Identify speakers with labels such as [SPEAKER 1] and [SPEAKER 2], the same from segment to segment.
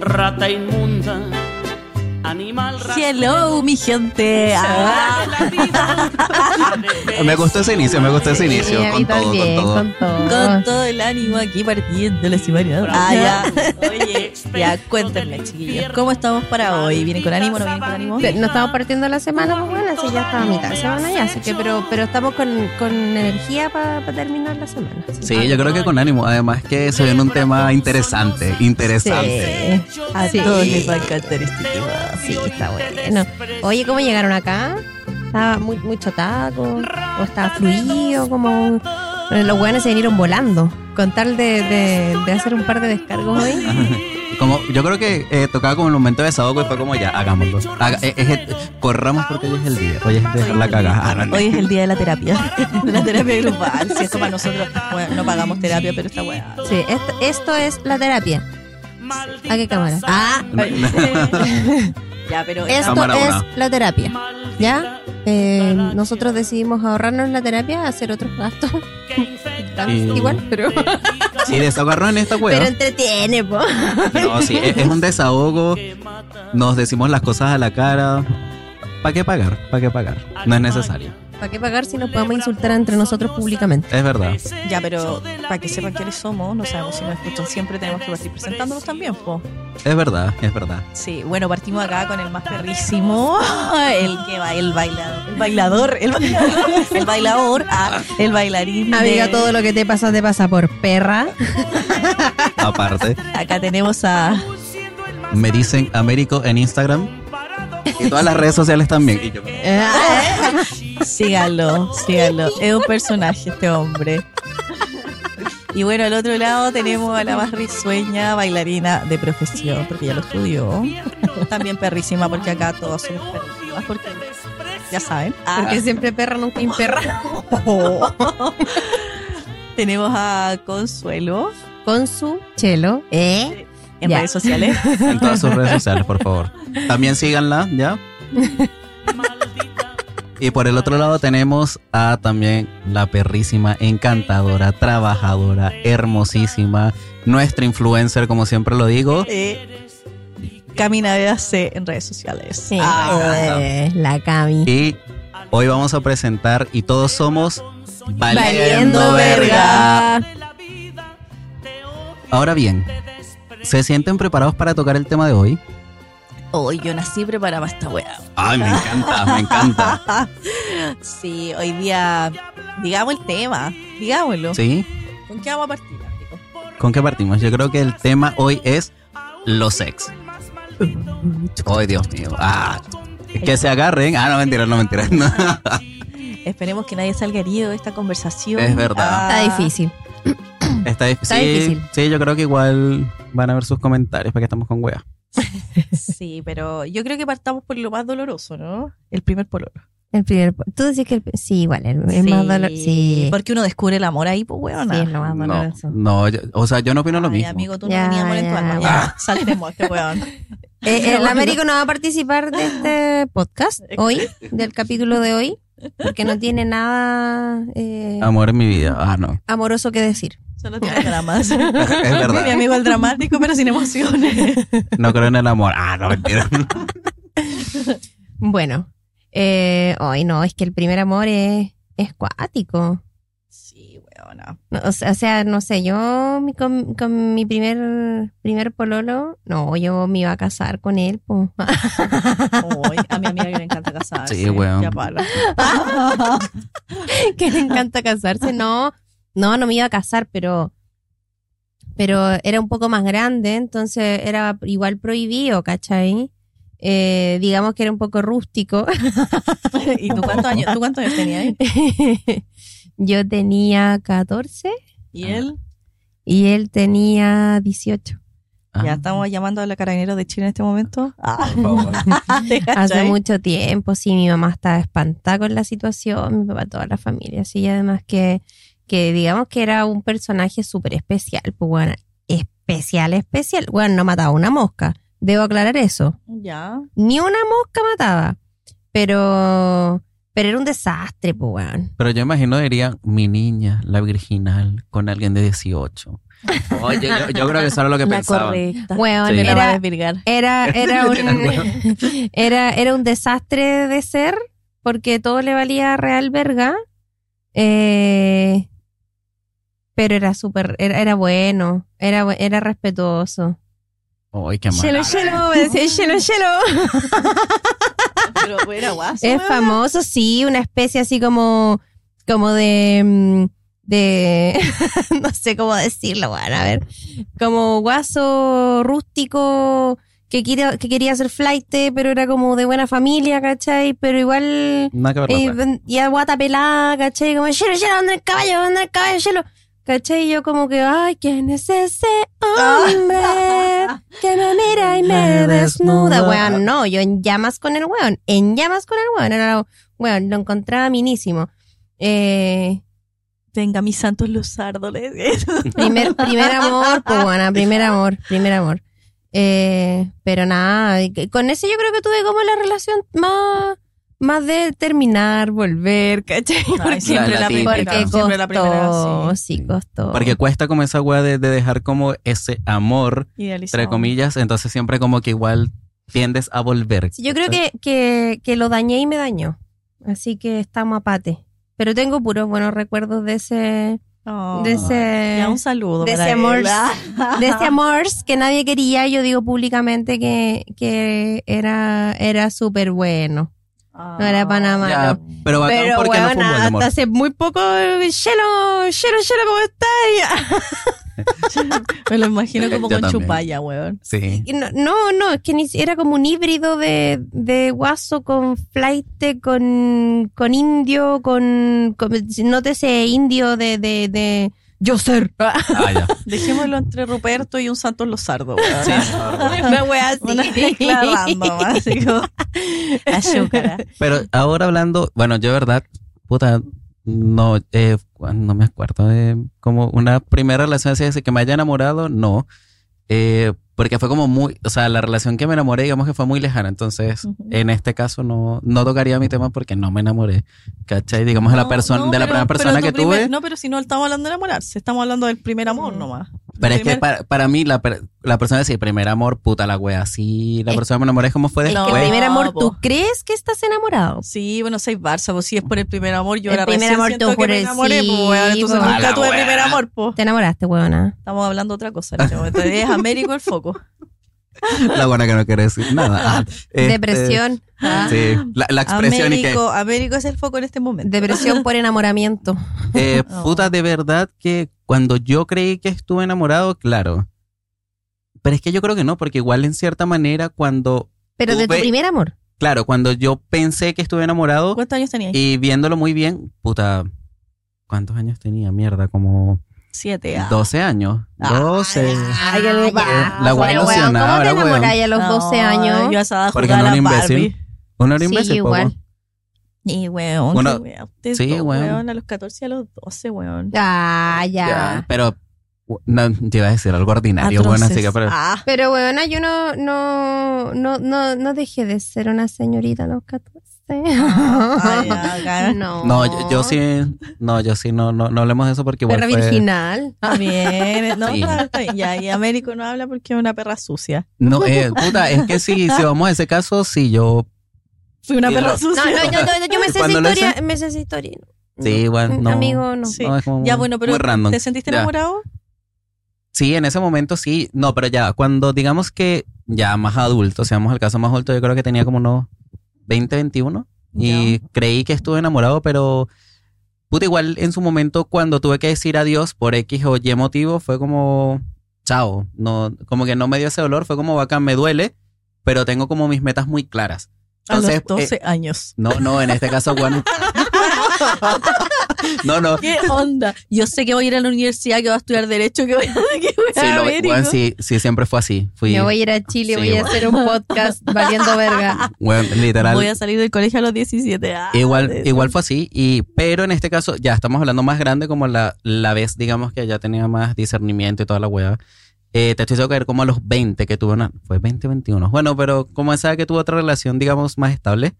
[SPEAKER 1] rata inmunda, animal rata.
[SPEAKER 2] Hello, mi gente. Ah.
[SPEAKER 3] Me gustó ese inicio, me gustó ese
[SPEAKER 4] Sí,
[SPEAKER 3] inicio.
[SPEAKER 4] a mí
[SPEAKER 3] Con todo,
[SPEAKER 4] también,
[SPEAKER 3] con todo.
[SPEAKER 4] con todo.
[SPEAKER 2] Con todo el ánimo aquí partiendo la semana. Ah, ya. Oye, ya cuéntenme, chiquillos. ¿Cómo estamos para hoy? ¿Vienen con ánimo? ¿No vienen con ánimo?
[SPEAKER 4] Te- No estamos partiendo la semana, pues bueno, así ya está a mitad de semana ya, así que, pero, pero estamos con, con energía para terminar la semana. así.
[SPEAKER 3] Sí, yo creo que con ánimo. Además que se viene un tema interesante, interesante.
[SPEAKER 4] Sí.
[SPEAKER 2] A
[SPEAKER 4] Sí.
[SPEAKER 2] todos les va a encantar este tema.
[SPEAKER 4] Sí, está bueno. Oye, ¿cómo llegaron acá? ¿Estaba muy, mucho taco? ¿O estaba fluido? Como los hueones se vinieron volando. Con tal de, de- de hacer un par de descargos hoy.
[SPEAKER 3] Como, yo creo que eh, tocaba como el momento de desahogo y fue como ya, hagámoslo. Haga- eh, es el- corramos porque hoy es el día. Hoy es dejar la cagada. Ah, no, no.
[SPEAKER 2] Hoy es el día de la terapia, de la terapia grupal. Si esto para nosotros, bueno, no pagamos terapia, pero está bueno.
[SPEAKER 4] Sí, esto, esto es la terapia. ¿A qué cámara?
[SPEAKER 2] Ah, ya, pero
[SPEAKER 4] Esto
[SPEAKER 3] Cámara
[SPEAKER 4] es
[SPEAKER 3] una.
[SPEAKER 4] la terapia. ¿Ya? Eh, nosotros decidimos ahorrarnos la terapia, hacer otros gastos.
[SPEAKER 3] Y-
[SPEAKER 4] Igual, pero,
[SPEAKER 3] Sí, desahogarnos en esta
[SPEAKER 4] pero
[SPEAKER 3] hueá.
[SPEAKER 4] entretiene, po.
[SPEAKER 3] No, sí, es, es un desahogo. Nos decimos las cosas a la cara. ¿Para qué pagar? ¿Para qué pagar? No es necesario.
[SPEAKER 4] ¿Para qué pagar si nos podemos insultar entre nosotros públicamente?
[SPEAKER 3] Es verdad.
[SPEAKER 2] Ya, pero para que sepan quiénes somos, no sabemos si nos escuchan siempre, tenemos que partir presentándonos también, po.
[SPEAKER 3] Es verdad, es verdad.
[SPEAKER 2] Sí, bueno, partimos acá con el más perrísimo, el que va, el bailador, el bailador, el bailador, el bailador, ah, el bailarín. de-
[SPEAKER 4] Amiga, todo lo que te pasa te pasa por perra.
[SPEAKER 3] Aparte,
[SPEAKER 2] Acá tenemos a
[SPEAKER 3] me dicen Américo en Instagram. Y todas las redes sociales también. Y yo,
[SPEAKER 2] Sígalo, sígalo. Es un personaje este hombre. Y bueno, al otro lado tenemos a la más risueña bailarina de profesión, porque ya lo estudió. También perrísima, porque acá todos somos perrísimas, porque ya saben.
[SPEAKER 4] Porque siempre perra, nunca imperra.
[SPEAKER 2] Tenemos a Consuelo
[SPEAKER 4] Con su chelo. ¿Eh?
[SPEAKER 2] en
[SPEAKER 4] Ya.
[SPEAKER 2] redes sociales.
[SPEAKER 3] en todas sus redes sociales, por favor. También síganla, ¿ya? Y por el otro lado tenemos a también la perrísima, encantadora, trabajadora, hermosísima, nuestra influencer, como siempre lo digo.
[SPEAKER 2] Eh, Camina véase en redes sociales.
[SPEAKER 4] Sí.
[SPEAKER 2] Ah,
[SPEAKER 4] Eh, la Cami.
[SPEAKER 3] Y hoy vamos a presentar, y todos somos
[SPEAKER 4] Valiendo
[SPEAKER 3] Valiendo Verga. Ahora bien, ¿se sienten preparados para tocar el tema de hoy?
[SPEAKER 2] Hoy yo nací preparada para esta weá.
[SPEAKER 3] Ay, me encanta, me encanta.
[SPEAKER 2] Sí, hoy día, digamos el tema, digámoslo.
[SPEAKER 3] ¿Sí?
[SPEAKER 2] ¿Con qué vamos a partir? amigo?
[SPEAKER 3] ¿Con qué partimos? Yo creo que el tema hoy es los ex. Ay, Dios mío. Ah, que se agarren. Ah, no, mentira, no, mentira. No.
[SPEAKER 2] Esperemos que nadie salga herido de esta conversación. Ah,
[SPEAKER 3] Es verdad.
[SPEAKER 4] Está difícil.
[SPEAKER 3] Está, dif-
[SPEAKER 4] Está
[SPEAKER 3] sí,
[SPEAKER 4] difícil.
[SPEAKER 3] Sí, yo creo que igual van a ver sus comentarios porque estamos con weas.
[SPEAKER 2] Sí, pero yo creo que partamos por lo más doloroso, ¿no? El primer pololo.
[SPEAKER 4] El primer. po- Tú decís que el. Sí, igual, el, el más dolor. Sí.
[SPEAKER 2] Porque uno descubre el amor ahí, pues, weón.
[SPEAKER 4] Sí, es lo más
[SPEAKER 3] No,
[SPEAKER 4] doloroso.
[SPEAKER 3] no, yo- o sea, yo no opino lo mismo. Ah.
[SPEAKER 2] amigo, tú
[SPEAKER 4] Ya,
[SPEAKER 2] no tenías amor en tu
[SPEAKER 4] ya.
[SPEAKER 2] alma. Ya, saltemos a este weón.
[SPEAKER 4] Eh, el Américo no va a participar de este podcast hoy, del capítulo de hoy, porque no tiene nada eh,
[SPEAKER 3] Amor en mi vida. Ah, no.
[SPEAKER 4] amoroso que decir.
[SPEAKER 2] Solo tiene dramas. Mi
[SPEAKER 3] Es verdad.
[SPEAKER 2] amigo el dramático, pero sin emociones.
[SPEAKER 3] No creo en el amor. Ah, no, mentira.
[SPEAKER 4] Bueno, eh, hoy no, es que el primer amor es, es cuático.
[SPEAKER 2] Sí, weona.
[SPEAKER 4] No, o, sea, o sea, no sé, yo mi- con, con mi primer primer pololo, no, yo me iba a casar con él. po.
[SPEAKER 2] Ay, a mi amiga que le encanta casarse.
[SPEAKER 3] Sí, weón.
[SPEAKER 2] Ya para.
[SPEAKER 4] que le encanta casarse. No, no, no me iba a casar, pero pero era un poco más grande, entonces era igual prohibido, ¿cachai? Eh, digamos que era un poco rústico.
[SPEAKER 2] ¿Y tú cuántos años, tú cuántos años tenías?
[SPEAKER 4] Yo tenía 14
[SPEAKER 2] ¿Y él?
[SPEAKER 4] y él tenía 18.
[SPEAKER 3] Ah,
[SPEAKER 2] Ya estamos llamando a la carabinero de Chile en este momento.
[SPEAKER 3] por favor.
[SPEAKER 4] Hace mucho tiempo, sí, mi mamá estaba espantada con la situación, mi papá, toda la familia, sí, y además que, que digamos que era un personaje súper especial, pues bueno, especial, especial, bueno, no mataba una mosca, debo aclarar eso,
[SPEAKER 2] Ya.
[SPEAKER 4] ni una mosca mataba, pero, Pero era un desastre, pues, weón.
[SPEAKER 3] Pero yo imagino diría mi niña, la virginal, con alguien de 18. Oye, yo, yo creo que eso era lo que
[SPEAKER 5] La
[SPEAKER 3] pensaba.
[SPEAKER 5] correcta.
[SPEAKER 4] Weón,
[SPEAKER 3] Sí.
[SPEAKER 2] la va a
[SPEAKER 4] era,
[SPEAKER 2] desvirgar.
[SPEAKER 4] era, era un era, era un desastre de ser, porque todo le valía a Real Verga. Eh, pero era súper, era, era bueno, era, bu- era respetuoso.
[SPEAKER 3] Ay, qué mal.
[SPEAKER 4] Shelo, shelo, me decía, shelo, shelo.
[SPEAKER 2] Pero era guaso.
[SPEAKER 4] Es famoso, sí, una especie así como, como de, mm, de, no sé cómo decirlo, bueno, a ver, como guaso rústico que, quiere, que quería ser flight, pero era como de buena familia, ¿cachai? Pero igual,
[SPEAKER 3] Nada que pues. ver, la
[SPEAKER 4] eh,
[SPEAKER 3] wea.
[SPEAKER 4] ven- y a guata pelada, ¿cachai? Como, hielo, hielo, anda el caballo, anda el caballo, hielo. ¿Cachai? Yo como que, ay, ¿quién es ese hombre que me mira y me
[SPEAKER 3] Me
[SPEAKER 4] desnuda?
[SPEAKER 3] desnuda.
[SPEAKER 4] Weón, no, yo en llamas con el weón, en llamas con el weón. Era, weón, lo encontraba minísimo. Eh,
[SPEAKER 2] Tenga mis santos luzardos. le decía.
[SPEAKER 4] primer, primer amor, pues bueno, primer amor, primer amor. Eh, pero nada, y que- con ese yo creo que tuve como la relación más, más de terminar, volver, ¿cachai?
[SPEAKER 2] Ay,
[SPEAKER 3] la típica.
[SPEAKER 2] primera,
[SPEAKER 4] Porque
[SPEAKER 2] siempre la primera,
[SPEAKER 4] costó,
[SPEAKER 2] sí.
[SPEAKER 4] sí, costó.
[SPEAKER 3] Porque cuesta como esa weá de, de dejar como ese amor,
[SPEAKER 2] Idealizado.
[SPEAKER 3] entre comillas, entonces siempre como que igual tiendes a volver.
[SPEAKER 4] Sí, yo creo que, que, que lo dañé y me dañó. Así que estamos a pate. Pero tengo puros buenos recuerdos de ese,
[SPEAKER 2] Oh.
[SPEAKER 4] de ese,
[SPEAKER 2] Ya, un saludo.
[SPEAKER 4] de
[SPEAKER 2] para
[SPEAKER 4] ese amor.
[SPEAKER 2] él.
[SPEAKER 4] de ese amor que nadie quería. Yo digo públicamente que, que era, era súper bueno.
[SPEAKER 2] Ah.
[SPEAKER 4] No era Panamá.
[SPEAKER 3] Ya, pero bacán
[SPEAKER 4] Pero
[SPEAKER 3] porque no fue un
[SPEAKER 4] weona,
[SPEAKER 3] buen amor.
[SPEAKER 4] hasta hace muy poco, Shelo, Shelo, Shelo, ¿cómo estás?
[SPEAKER 2] Me lo imagino como
[SPEAKER 3] Yo
[SPEAKER 2] con
[SPEAKER 3] también.
[SPEAKER 2] chupalla, weón.
[SPEAKER 3] Sí.
[SPEAKER 4] Y No, no, no, es que ni, si- era como un híbrido de, de guaso con flight, con, con indio, con, con nótese indio de, de, de yo ser.
[SPEAKER 3] Ah, ya.
[SPEAKER 2] Dejémoslo entre Ruperto y un santos luzardo, weón.
[SPEAKER 3] Sí, ahora.
[SPEAKER 4] Una wea así.
[SPEAKER 2] Una mezcla random, así como azúcar.
[SPEAKER 3] Pero ahora hablando, bueno, yo de verdad, puta, no, eh, no me acuerdo de como una primera relación así, así que me haya enamorado, no. Eh, porque fue como muy, o sea, la relación que me enamoré, digamos que fue muy lejana. Entonces,
[SPEAKER 2] Ujú.
[SPEAKER 3] en este caso no, no tocaría mi tema porque no me enamoré. ¿Cachai? Digamos de la
[SPEAKER 2] No,
[SPEAKER 3] persona,
[SPEAKER 2] no,
[SPEAKER 3] de la
[SPEAKER 2] pero-
[SPEAKER 3] primera
[SPEAKER 2] pero
[SPEAKER 3] persona
[SPEAKER 2] tu
[SPEAKER 3] que
[SPEAKER 2] primer-
[SPEAKER 3] tuve.
[SPEAKER 2] No, pero si no estamos hablando de enamorarse, estamos hablando del primer
[SPEAKER 4] Mm.
[SPEAKER 2] amor nomás.
[SPEAKER 3] pero es
[SPEAKER 2] primer-
[SPEAKER 3] que para, para mí, la, per- la persona decía, primer amor, puta la wea, sí, la
[SPEAKER 4] Es-
[SPEAKER 3] persona que me enamoré, ¿cómo fue
[SPEAKER 4] Es
[SPEAKER 2] No,
[SPEAKER 4] que
[SPEAKER 3] después?
[SPEAKER 4] el primer amor,
[SPEAKER 2] po.
[SPEAKER 4] ¿tú crees que estás enamorado?
[SPEAKER 2] Sí, bueno, soy Barça, pues si es por el primer amor, yo
[SPEAKER 4] El
[SPEAKER 2] ahora
[SPEAKER 4] primer
[SPEAKER 2] recién
[SPEAKER 4] amor
[SPEAKER 2] siento
[SPEAKER 4] tú
[SPEAKER 2] que
[SPEAKER 4] por
[SPEAKER 2] me
[SPEAKER 4] el-
[SPEAKER 2] enamoré,
[SPEAKER 4] sí,
[SPEAKER 2] pues, weón, entonces
[SPEAKER 4] pues.
[SPEAKER 3] A
[SPEAKER 2] nunca
[SPEAKER 3] la
[SPEAKER 2] tuve
[SPEAKER 3] weá.
[SPEAKER 2] primer amor, pues.
[SPEAKER 4] Te enamoraste, huevona.
[SPEAKER 2] Estamos hablando de otra cosa en este momento. Es Américo el foco.
[SPEAKER 3] La buena que no quiere decir nada. Ah, este,
[SPEAKER 4] Depresión.
[SPEAKER 2] Ah,
[SPEAKER 3] Sí, la, la expresión y que...
[SPEAKER 2] Américo, Américo es el foco en este momento.
[SPEAKER 4] Depresión por enamoramiento.
[SPEAKER 3] Eh,
[SPEAKER 2] Oh.
[SPEAKER 3] Puta, de verdad que cuando yo creí que estuve enamorado, claro. Pero es que yo creo que no, porque igual en cierta manera cuando,
[SPEAKER 4] Pero de tu
[SPEAKER 3] Tuve-
[SPEAKER 4] primer amor.
[SPEAKER 3] claro, cuando yo pensé que estuve enamorado
[SPEAKER 4] Pues
[SPEAKER 2] ¿Cuántos años tenías?
[SPEAKER 3] y viéndolo muy bien, puta, ¿cuántos años tenía? Mierda, como
[SPEAKER 2] Siete. ah.
[SPEAKER 3] 12 años. 12.
[SPEAKER 4] Ay, qué le pasa,
[SPEAKER 3] La guay
[SPEAKER 4] weón.
[SPEAKER 3] ilusionada,
[SPEAKER 4] ¿Cómo te
[SPEAKER 3] la weón.
[SPEAKER 4] enamoráis a los
[SPEAKER 2] No,
[SPEAKER 4] 12 años?
[SPEAKER 2] Yo a esa edad
[SPEAKER 3] Porque
[SPEAKER 2] jugaba
[SPEAKER 3] no
[SPEAKER 2] a
[SPEAKER 3] era
[SPEAKER 2] la
[SPEAKER 3] imbécil.
[SPEAKER 2] Barbie.
[SPEAKER 3] Una hora
[SPEAKER 4] Sí,
[SPEAKER 3] imbécil, po,
[SPEAKER 4] igual.
[SPEAKER 3] vos.
[SPEAKER 2] Ni weón,
[SPEAKER 3] Bueno,
[SPEAKER 2] qué weón. Ustedes
[SPEAKER 3] sí,
[SPEAKER 2] dos,
[SPEAKER 3] weón.
[SPEAKER 2] weón, A los 14 y a los 12, weón.
[SPEAKER 4] Ah, ya.
[SPEAKER 3] Ya, Pero, no, te iba a decir algo ordinario, bueno, así que, pero-
[SPEAKER 2] Ah,
[SPEAKER 4] Pero weona, yo no, no, no, no, no dejé de ser una señorita a los 14.
[SPEAKER 2] ay, ya, acá.
[SPEAKER 4] no.
[SPEAKER 3] No, yo, yo sí, no, yo sí, no, no, no hablemos de eso porque igual
[SPEAKER 4] Perra
[SPEAKER 3] fue-
[SPEAKER 4] virginal.
[SPEAKER 2] Está bien. No,
[SPEAKER 3] Sí.
[SPEAKER 2] está, está bien. Ya, y Américo no habla porque es una perra sucia.
[SPEAKER 3] No, eh, puta, es que sí, si vamos a ese caso, sí, yo.
[SPEAKER 2] Fui una
[SPEAKER 3] Sí,
[SPEAKER 2] perra
[SPEAKER 3] no.
[SPEAKER 4] No,
[SPEAKER 2] sucia.
[SPEAKER 4] no, yo, yo- yo me sé esa
[SPEAKER 3] Cuando lo
[SPEAKER 4] historia. Me sé esa historia. Mm,
[SPEAKER 3] Sí, igual, no.
[SPEAKER 4] Amigo, no.
[SPEAKER 2] Sí.
[SPEAKER 3] no, es como
[SPEAKER 2] Ya,
[SPEAKER 3] muy-
[SPEAKER 2] bueno, pero
[SPEAKER 3] muy random.
[SPEAKER 2] ¿te sentiste
[SPEAKER 3] Ya.
[SPEAKER 2] enamorado?
[SPEAKER 3] Sí, en ese momento sí. No, pero ya, cuando digamos que ya más adulto, seamos al caso más adulto, yo creo que tenía como unos 20, 21. Y creí que estuve enamorado, pero. Puta, igual en su momento, cuando tuve que decir adiós por X o Y motivo, fue como. Chao. No, como que no me dio ese dolor, fue como bacán, me duele, pero tengo como mis metas muy claras.
[SPEAKER 2] A los
[SPEAKER 3] Entonces, eh,
[SPEAKER 2] 12 años.
[SPEAKER 3] No, no, en este caso, bueno. No, no.
[SPEAKER 2] ¿Qué onda? Yo sé que voy a ir a la universidad, que voy a estudiar Derecho, que voy a, que voy a
[SPEAKER 3] Sí, lo-
[SPEAKER 2] Américo.
[SPEAKER 3] bueno, sí, sí, siempre fue así. Fui,
[SPEAKER 4] Ah, Me voy a ir a Chile,
[SPEAKER 3] Sí,
[SPEAKER 4] voy a
[SPEAKER 3] bueno.
[SPEAKER 4] hacer un podcast valiendo verga.
[SPEAKER 3] bueno, literal.
[SPEAKER 2] Voy a salir del colegio a los 17. Ah,
[SPEAKER 3] Igual,
[SPEAKER 2] de-
[SPEAKER 3] igual fue así, y, pero en este caso ya estamos hablando más grande como la, la vez, digamos, que ya tenía más discernimiento y toda la hueá. Eh, te estoy diciendo que era como a los 20 que tuve una, fue 20, 21. Bueno, pero como esa que tuvo otra relación, digamos, más estable,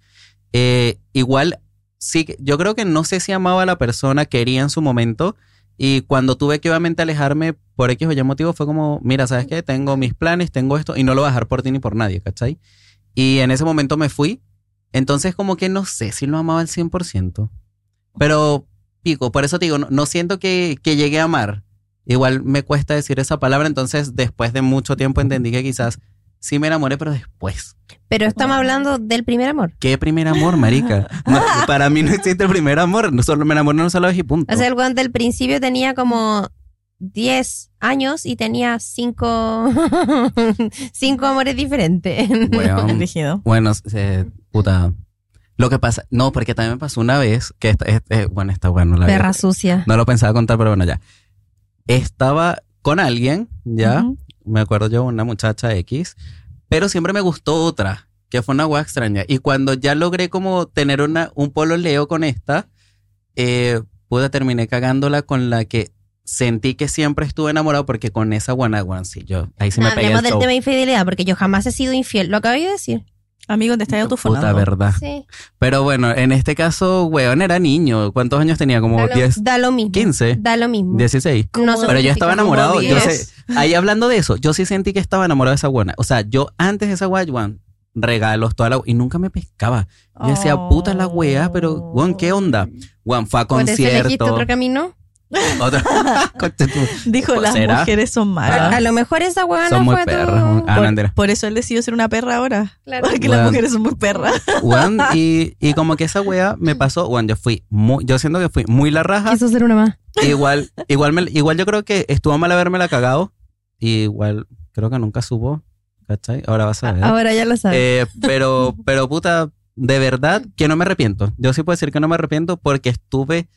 [SPEAKER 3] eh, igual sí, que- yo creo que no sé si amaba a la persona, quería en su momento. Y cuando tuve que obviamente alejarme por X o Y motivo, fue como, mira, ¿sabes qué? Tengo mis planes, tengo esto, y no lo voy a dejar por ti ni por nadie, ¿cachai? Y en ese momento me fui. Entonces, como que no sé si lo amaba al 100%. Pero, pico, por eso te digo, no, no siento que, que llegué a amar. Igual me cuesta decir esa palabra, entonces después de mucho tiempo entendí que quizás sí me enamoré, pero después.
[SPEAKER 4] Pero estamos hablando del primer amor.
[SPEAKER 3] ¿Qué primer amor, marica? No, para mí no existe el primer amor. No solo me enamoré no solo vez y punto.
[SPEAKER 4] O sea, el weón del principio tenía como 10 años y tenía 5 cinco amores diferentes.
[SPEAKER 3] Weón.
[SPEAKER 2] Rígido.
[SPEAKER 3] Bueno, se- puta. Lo que pasa, no, porque también me pasó una vez que esta, es- es- bueno, está bueno la
[SPEAKER 4] Perra
[SPEAKER 3] verdad.
[SPEAKER 4] sucia.
[SPEAKER 3] No lo pensaba contar, pero bueno, ya. Estaba con alguien, ya.
[SPEAKER 2] Ujú.
[SPEAKER 3] me acuerdo yo, una muchacha X, pero siempre me gustó otra, que fue una hueá extraña. Y cuando ya logré como tener una, un polo leo con esta, eh, pude terminé cagándola con la que sentí que siempre estuve enamorado porque con esa guana, guan, sí, yo, ahí se
[SPEAKER 4] No,
[SPEAKER 3] me pegué
[SPEAKER 4] hablemos
[SPEAKER 3] el
[SPEAKER 4] Ah, del
[SPEAKER 3] show.
[SPEAKER 4] tema de infidelidad, porque yo jamás he sido infiel. Lo acabé de decir.
[SPEAKER 2] Amigo, te estás
[SPEAKER 3] Puta
[SPEAKER 2] autofonando.
[SPEAKER 3] verdad.
[SPEAKER 4] Sí.
[SPEAKER 3] Pero bueno, en este caso, weón, era niño. ¿Cuántos años tenía? Como
[SPEAKER 4] Da lo,
[SPEAKER 3] 10,
[SPEAKER 4] da lo mismo.
[SPEAKER 3] 15,
[SPEAKER 4] Da lo mismo.
[SPEAKER 3] 16.
[SPEAKER 4] No se
[SPEAKER 3] Pero yo
[SPEAKER 4] justifica.
[SPEAKER 3] estaba enamorado. Yo sé,
[SPEAKER 4] Diez.
[SPEAKER 3] ahí hablando de eso, yo sí sentí que estaba enamorado de esa guana. O sea, yo antes de esa guana, Juan, regalos, toda la. Y nunca me pescaba. Yo decía, puta la wea, pero, Juan, ¿qué onda? Juan fue a
[SPEAKER 4] Por eso elegiste
[SPEAKER 3] concierto.
[SPEAKER 4] otro camino.
[SPEAKER 3] Otro- Concha tu-
[SPEAKER 2] Dijo,
[SPEAKER 3] Pues,
[SPEAKER 2] las
[SPEAKER 3] ¿será?
[SPEAKER 2] mujeres son
[SPEAKER 4] A, a
[SPEAKER 2] malas.
[SPEAKER 4] lo mejor esa weá
[SPEAKER 3] Ah. Son
[SPEAKER 4] no
[SPEAKER 3] muy
[SPEAKER 4] fue tu-
[SPEAKER 3] perros. Ah, no,
[SPEAKER 2] Por,
[SPEAKER 3] mentira.
[SPEAKER 2] por eso él decidió ser una perra ahora.
[SPEAKER 4] Claro.
[SPEAKER 2] Porque
[SPEAKER 3] Weón.
[SPEAKER 2] las mujeres son muy perras.
[SPEAKER 3] Juan, y, y como que esa wea me pasó, Juan, yo fui muy. Yo siento que fui muy la raja.
[SPEAKER 4] Quiso ser una más.
[SPEAKER 3] Igual, igual, me- igual yo creo que estuvo mal haberme la cagado. Y igual, creo que nunca supo. ¿Cachai? Ahora vas a ver.
[SPEAKER 4] Ahora ya lo sabes.
[SPEAKER 3] Eh, pero, pero puta, de verdad que no me arrepiento. Yo sí puedo decir que no me arrepiento porque estuve,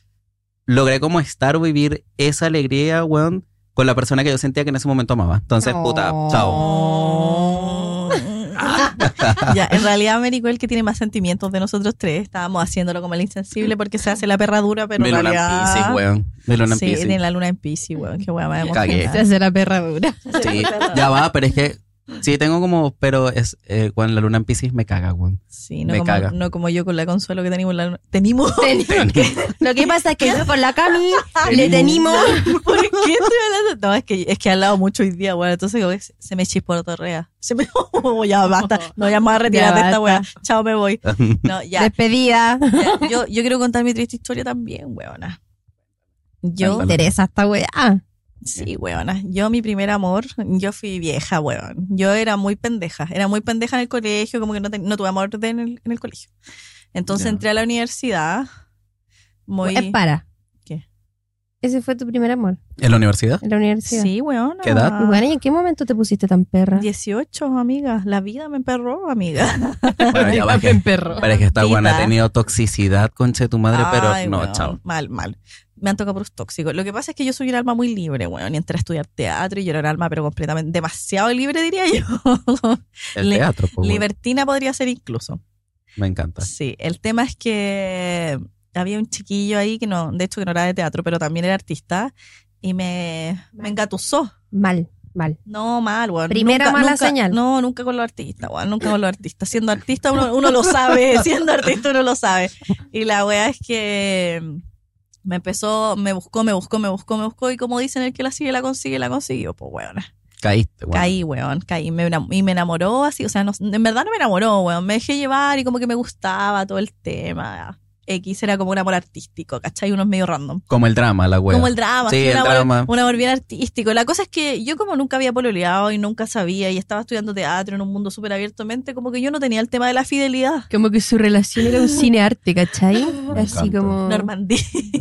[SPEAKER 3] logré como estar o vivir esa alegría, weón, con la persona que yo sentía que en ese momento amaba. Entonces, puta, chao.
[SPEAKER 2] ya, en realidad Américo es el que tiene más sentimientos de nosotros tres. Estábamos haciéndolo como el insensible porque se hace la perra dura, pero
[SPEAKER 3] Mi
[SPEAKER 2] en
[SPEAKER 3] luna en
[SPEAKER 2] realidad...
[SPEAKER 3] Piscis, weón. Mi luna en
[SPEAKER 2] sí,
[SPEAKER 3] Piscis.
[SPEAKER 2] tiene la luna en Pisces, weón. Qué weá más
[SPEAKER 3] Cagué.
[SPEAKER 2] emocionante.
[SPEAKER 4] Se hace la perra dura.
[SPEAKER 3] Sí, ya va, pero es que sí tengo como, pero es eh, cuando la luna en Piscis me caga, weón.
[SPEAKER 2] Sí, no,
[SPEAKER 3] Me
[SPEAKER 2] como,
[SPEAKER 3] caga.
[SPEAKER 2] no como yo con la consuelo que tenemos la luna. Tenimos. Ah,
[SPEAKER 4] Lo que pasa es que yo con la Cami le tenimos.
[SPEAKER 2] ¿Por qué estoy hablando? No, es que, es que he hablado mucho hoy día, weón. Entonces como que se- se me chispó la torrea. Se me. ya basta. No, ya me voy a retirar
[SPEAKER 4] Ya
[SPEAKER 2] de esta weá.
[SPEAKER 4] basta.
[SPEAKER 2] Chao, me voy. No, ya.
[SPEAKER 4] Despedida.
[SPEAKER 2] Ya, Yo, yo quiero contar mi triste historia también, weona.
[SPEAKER 4] Yo
[SPEAKER 2] Yo,
[SPEAKER 4] me interesa esta weá.
[SPEAKER 2] sí, weona. Yo, mi primer amor, yo fui vieja, weón. Yo era muy pendeja. Era muy pendeja en el colegio, como que no, ten- no tuve amor de- en el, en el colegio. Entonces
[SPEAKER 3] Ya.
[SPEAKER 2] entré a la universidad. Muy.
[SPEAKER 4] Es para.
[SPEAKER 2] ¿Qué?
[SPEAKER 4] Ese fue tu primer amor
[SPEAKER 3] ¿En la universidad?
[SPEAKER 4] en la universidad.
[SPEAKER 2] Sí, weona.
[SPEAKER 3] ¿Qué edad?
[SPEAKER 4] Y Bueno, ¿y en qué momento te pusiste tan perra?
[SPEAKER 2] 18, amiga. La vida me emperró, amiga.
[SPEAKER 3] Bueno, ya va, que-
[SPEAKER 4] perro.
[SPEAKER 3] pero es que esta guana ha
[SPEAKER 2] Maldita.
[SPEAKER 3] tenido toxicidad, conche tu madre,
[SPEAKER 2] Ay,
[SPEAKER 3] pero no,
[SPEAKER 2] weón,
[SPEAKER 3] chao.
[SPEAKER 2] Mal, mal. Me han tocado puros tóxicos. Lo que pasa es que yo soy un alma muy libre, weón. Y entré a estudiar teatro y yo era un alma, pero completamente demasiado libre, diría yo.
[SPEAKER 3] El
[SPEAKER 2] Li-
[SPEAKER 3] teatro, pues, weón.
[SPEAKER 2] Libertina podría ser incluso.
[SPEAKER 3] Me encanta.
[SPEAKER 2] Sí, el tema es que había un chiquillo ahí que no, de hecho que no era de teatro, pero también era artista y me, me engatusó.
[SPEAKER 4] Mal, mal.
[SPEAKER 2] No, mal, weón.
[SPEAKER 4] Primera mala
[SPEAKER 2] nunca-
[SPEAKER 4] señal.
[SPEAKER 2] No, nunca con los artistas, weón. Nunca con los artistas. Siendo artista uno, uno lo sabe. Siendo artista uno lo sabe. Y la weá es que me empezó, me buscó, me buscó, me buscó, me buscó. Y como dicen, el que la sigue, la consigue, la consiguió. Pues, weón.
[SPEAKER 3] Caíste, weón.
[SPEAKER 2] Caí, weón, caí. Me enam- y me enamoró así, o sea, no- en verdad no me enamoró, weón. Me dejé llevar y como que me gustaba todo el tema. X era como un amor artístico, ¿cachai? Unos medio random.
[SPEAKER 3] Como el drama, la wea.
[SPEAKER 2] Como el drama,
[SPEAKER 3] Sí,
[SPEAKER 2] sí, un
[SPEAKER 3] el
[SPEAKER 2] amor-
[SPEAKER 3] drama.
[SPEAKER 2] un amor bien artístico. La cosa es que yo como nunca había pololeado y nunca sabía y estaba estudiando teatro en un mundo súper abiertamente, como que yo no tenía el tema de la fidelidad.
[SPEAKER 4] Como que su relación era un cinearte, ¿cachai?
[SPEAKER 3] Me
[SPEAKER 4] Así
[SPEAKER 3] encanta.
[SPEAKER 4] como.
[SPEAKER 2] Normandía.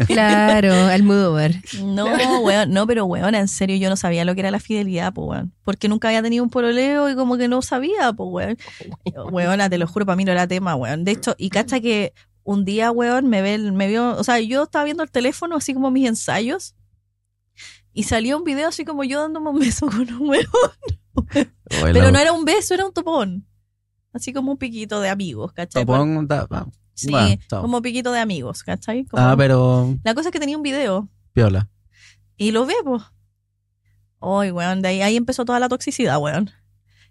[SPEAKER 4] Claro, Almodóvar.
[SPEAKER 2] No, weón, no, pero weón, en serio, yo no sabía lo que era la fidelidad, pues weón. Porque nunca había tenido un pololeo y como que no sabía, pues weón. Weona, te lo juro, para mí no era tema, weón. De hecho, y cacha que un día, weón, me, ve, el- me vio, o sea, yo estaba viendo el teléfono, así como mis ensayos, y salió un video así como yo dándome un beso con un weón.
[SPEAKER 3] Oye,
[SPEAKER 2] Pero
[SPEAKER 3] la-
[SPEAKER 2] no era un beso, era un topón. Así como un piquito de amigos, ¿cachai?
[SPEAKER 3] Topón, da- ah,
[SPEAKER 2] Sí,
[SPEAKER 3] bueno, chao.
[SPEAKER 2] como piquito de amigos, ¿cachai? Como-
[SPEAKER 3] Ah, pero
[SPEAKER 2] La cosa es que tenía un video.
[SPEAKER 3] piola.
[SPEAKER 2] Y lo vemos. Ay, weón, de ahí, ahí empezó toda la toxicidad, weón.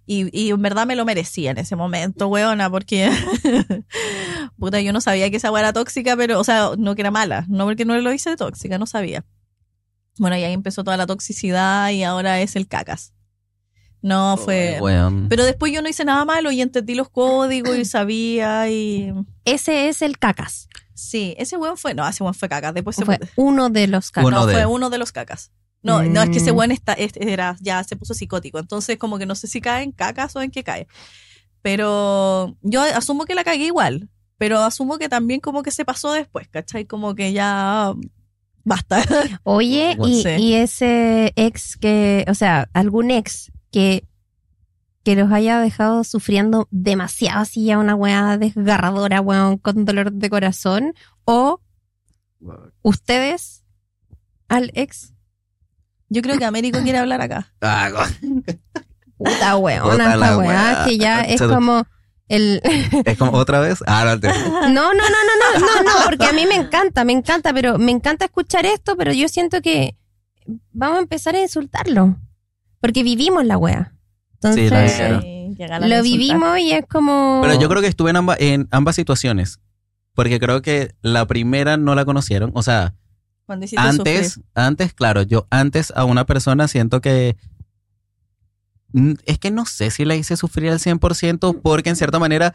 [SPEAKER 2] Y, y en verdad me lo merecía en ese momento, weona, porque, Puta, yo no sabía que esa agua era tóxica, pero, o sea, no que era mala, no porque no lo hice de tóxica, no sabía. Bueno, y ahí empezó toda la toxicidad y ahora es el cacas. No, fue...
[SPEAKER 3] Weón.
[SPEAKER 2] Pero después yo no hice nada malo y entendí los códigos y sabía y...
[SPEAKER 4] Ese es el cacas.
[SPEAKER 2] Sí, ese weón fue... No, ese weón fue cacas. Después se
[SPEAKER 4] Fue uno de los cacas.
[SPEAKER 3] Uno
[SPEAKER 2] No,
[SPEAKER 3] de-
[SPEAKER 2] fue uno de los cacas. No, no, es que ese
[SPEAKER 4] Mm.
[SPEAKER 2] weón está, es- era, ya se puso psicótico. Entonces, como que no sé si cae en cacas o en qué cae. Pero yo asumo que la cagué igual. Pero asumo que también como que se pasó después, ¿cachai? Como que ya basta.
[SPEAKER 4] Oye,
[SPEAKER 3] Bueno,
[SPEAKER 4] y,
[SPEAKER 2] sí.
[SPEAKER 4] y ese ex que, o sea, algún ex que, que los haya dejado sufriendo demasiado, así ya una weá desgarradora, weón, con dolor de corazón, o ustedes al ex,
[SPEAKER 2] Yo creo que Américo quiere hablar acá.
[SPEAKER 3] Ah, go-
[SPEAKER 4] puta weón,
[SPEAKER 3] Puta la
[SPEAKER 4] esta weá,
[SPEAKER 3] weá,
[SPEAKER 4] que ya es
[SPEAKER 3] concha de-
[SPEAKER 4] como el...
[SPEAKER 3] es como otra vez. Ah, no, te-
[SPEAKER 4] No, no, no, no, no, no, no, porque a mí me encanta, me encanta, pero me encanta escuchar esto, pero yo siento que vamos a empezar a insultarlo, porque vivimos la wea. Entonces, eh,
[SPEAKER 3] Sí, la hicieron.
[SPEAKER 2] Ay, Eh, que haga la
[SPEAKER 4] lo
[SPEAKER 2] consulta.
[SPEAKER 4] vivimos y es como...
[SPEAKER 3] Pero yo creo que estuve en, amba- en ambas situaciones. Porque creo que la primera no la conocieron. O sea,
[SPEAKER 2] Cuando hiciste
[SPEAKER 3] antes,
[SPEAKER 2] sufrir.
[SPEAKER 3] antes, claro, yo antes a una persona siento que... Mm, Es que no sé si la hice sufrir al 100% porque en cierta manera,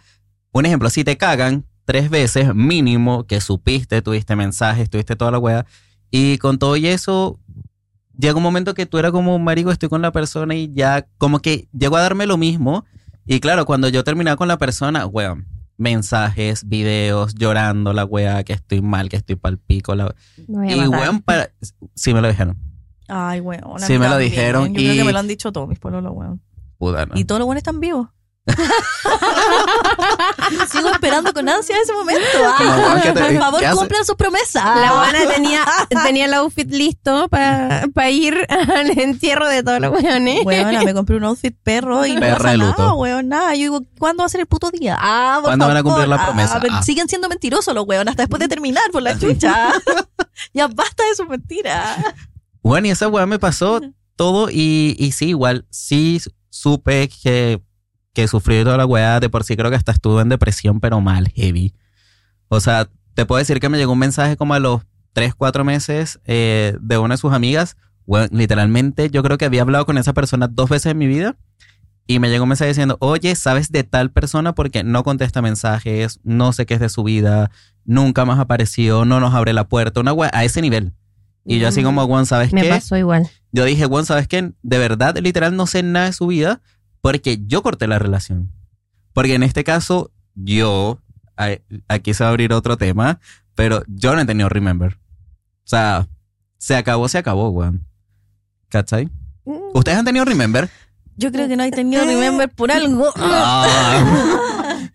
[SPEAKER 3] un ejemplo, si te cagan tres veces mínimo que supiste, tuviste mensajes, tuviste toda la wea, y con todo y eso, llega un momento que tú eras como, marico, estoy con la persona y ya, como que llegó a darme lo mismo. Y claro, cuando yo terminaba con la persona, weón, mensajes, videos, llorando la wea, que estoy mal, que estoy pal pico, la
[SPEAKER 4] Me voy a
[SPEAKER 3] y
[SPEAKER 4] matar.
[SPEAKER 3] weón, para... sí me lo dijeron.
[SPEAKER 2] Ay, weón. a
[SPEAKER 3] Sí,
[SPEAKER 2] mí
[SPEAKER 3] me lo
[SPEAKER 2] también.
[SPEAKER 3] dijeron
[SPEAKER 2] Yo creo que
[SPEAKER 3] y-
[SPEAKER 2] me lo han dicho todos mis pueblos, weón.
[SPEAKER 3] Puta, ¿no?
[SPEAKER 2] Y todos los buenos están vivos. Sigo esperando con ansia ese momento.
[SPEAKER 3] Como,
[SPEAKER 2] Ah,
[SPEAKER 3] weón, ¿qué te- eh,
[SPEAKER 2] por favor,
[SPEAKER 3] qué hace?
[SPEAKER 2] cumplan sus promesas. Ah,
[SPEAKER 4] La buena tenía, tenía el outfit listo para ir al entierro de todos los weones.
[SPEAKER 2] Weona, me compré un outfit perro y no
[SPEAKER 3] Perra
[SPEAKER 2] pasa
[SPEAKER 3] de
[SPEAKER 2] nada,
[SPEAKER 3] luto.
[SPEAKER 2] weón, nada. Yo digo, ¿cuándo va a ser el puto día? Ah, por
[SPEAKER 3] ¿Cuándo van a
[SPEAKER 2] favor.
[SPEAKER 3] cumplir la
[SPEAKER 2] Ah,
[SPEAKER 3] promesa?
[SPEAKER 2] pero
[SPEAKER 3] Ah.
[SPEAKER 2] Siguen siendo mentirosos los weón, hasta después de terminar por la chucha. ya basta de sus mentiras.
[SPEAKER 3] Bueno, y esa weá me pasó todo y, y sí, igual, sí supe que, que sufrí toda la weá, de por sí creo que hasta estuve en depresión, pero mal, heavy. O sea, te puedo decir que me llegó un mensaje como a los 3, 4 meses eh, de una de sus amigas. Weón, literalmente yo creo que había hablado con esa persona dos veces en mi vida y me llegó un mensaje diciendo, oye, ¿sabes de tal persona? Porque no contesta mensajes, no sé qué es de su vida, nunca más apareció, no nos abre la puerta, una weá a ese nivel. Y yo así como, Juan, ¿sabes
[SPEAKER 4] Me
[SPEAKER 3] qué?
[SPEAKER 4] pasó igual.
[SPEAKER 3] Yo dije, bueno, ¿sabes qué? De verdad, literal, no sé nada de su vida porque yo corté la relación. Porque en este caso, yo, a- aquí se va a abrir otro tema, pero yo no he tenido Remember. O sea, se acabó, se acabó, weón. ¿Cachai?
[SPEAKER 4] Mm,
[SPEAKER 3] ¿Ustedes han tenido Remember?
[SPEAKER 2] Yo creo que no hay tenido remember por algo.
[SPEAKER 3] Ah.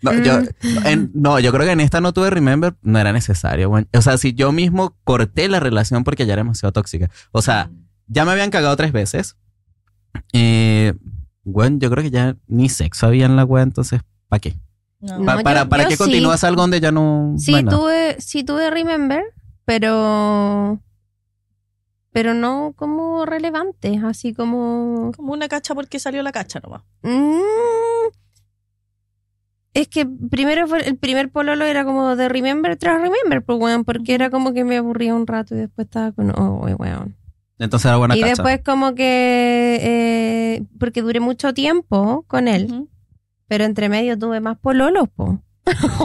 [SPEAKER 3] No, yo, en- no, yo creo que en esta no tuve Remember, no era necesario, weón. O sea, si yo mismo corté la relación porque ya era demasiado tóxica. O sea, ya me habían cagado tres veces. Eh, bueno, yo creo que ya ni sexo había en la wea, entonces, ¿para qué?
[SPEAKER 2] No.
[SPEAKER 3] Pa-
[SPEAKER 4] No, yo-
[SPEAKER 3] ¿Para, para
[SPEAKER 4] yo
[SPEAKER 3] qué
[SPEAKER 4] sí.
[SPEAKER 3] continúas algo donde ya no...
[SPEAKER 4] Sí,
[SPEAKER 3] bueno,
[SPEAKER 4] tuve, sí tuve Remember, pero... Pero no como relevantes, así como...
[SPEAKER 2] Como una cacha porque salió la cacha nomás.
[SPEAKER 4] Mm. es que primero fue- el primer pololo era como de Remember tras Remember, pues, weón, porque era como que me aburría un rato y después estaba con... Oh, weón.
[SPEAKER 3] Entonces era buena
[SPEAKER 4] y
[SPEAKER 3] cacha.
[SPEAKER 4] después como que... eh, porque duré mucho tiempo con él,
[SPEAKER 2] Ujú.
[SPEAKER 4] pero entre medio tuve más pololos, po.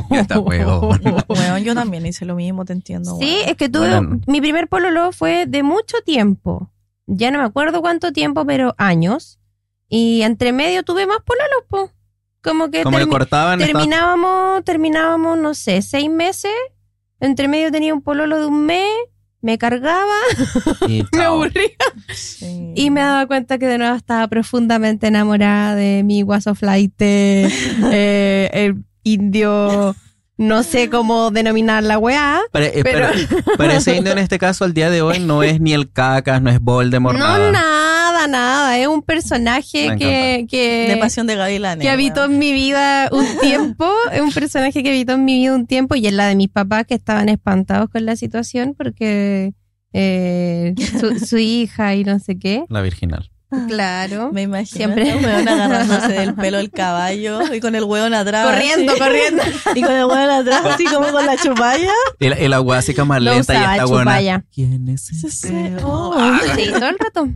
[SPEAKER 3] Ya está, huevón.
[SPEAKER 2] Weón, yo también hice lo mismo, te entiendo.
[SPEAKER 4] sí,
[SPEAKER 2] weón.
[SPEAKER 4] es que tuve...
[SPEAKER 3] Bueno.
[SPEAKER 4] Mi primer pololo fue de mucho tiempo. Ya no me acuerdo cuánto tiempo, pero años. Y entre medio tuve más pololos, po. Como que...
[SPEAKER 3] Como que
[SPEAKER 4] termi-
[SPEAKER 3] cortaban... estaba-
[SPEAKER 4] terminábamos, terminábamos, no sé, seis meses. Entre medio tenía un pololo de un mes, me cargaba,
[SPEAKER 3] y
[SPEAKER 4] me
[SPEAKER 3] chao.
[SPEAKER 4] aburría.
[SPEAKER 2] Sí.
[SPEAKER 4] Y me daba cuenta que de nuevo estaba profundamente enamorada de mi guaso flight, eh, el indio, no sé cómo denominar la weá.
[SPEAKER 3] Pero, eh, pero- pero ese indio en este caso, al día de hoy, no es ni el cacas, no es Voldemort,
[SPEAKER 4] No,
[SPEAKER 3] nada.
[SPEAKER 4] nada, nada. Es un personaje
[SPEAKER 3] Me
[SPEAKER 4] que, que,
[SPEAKER 2] De pasión de gavilanes.
[SPEAKER 4] Eh, que habitó en mi vida un tiempo, es un personaje que habitó en mi vida un tiempo y es la de mis papás que estaban espantados con la situación porque eh, su, su hija y no sé qué.
[SPEAKER 3] La virginal.
[SPEAKER 4] Claro.
[SPEAKER 2] Ah. Me imagino.
[SPEAKER 4] Siempre.
[SPEAKER 2] Siempre. hueón agarrándose del pelo el caballo y con el hueón atrás.
[SPEAKER 4] Corriendo,
[SPEAKER 2] así.
[SPEAKER 4] corriendo.
[SPEAKER 2] Y con el hueón atrás, así como con la chupalla.
[SPEAKER 3] Y la, y la weá así más
[SPEAKER 4] Lo
[SPEAKER 3] lenta y
[SPEAKER 4] usaba
[SPEAKER 3] está buena.
[SPEAKER 4] chupalla.
[SPEAKER 3] ¿Quién es
[SPEAKER 2] Sí, sí.
[SPEAKER 3] ese?
[SPEAKER 2] Oh,
[SPEAKER 4] Sí, todo el rato.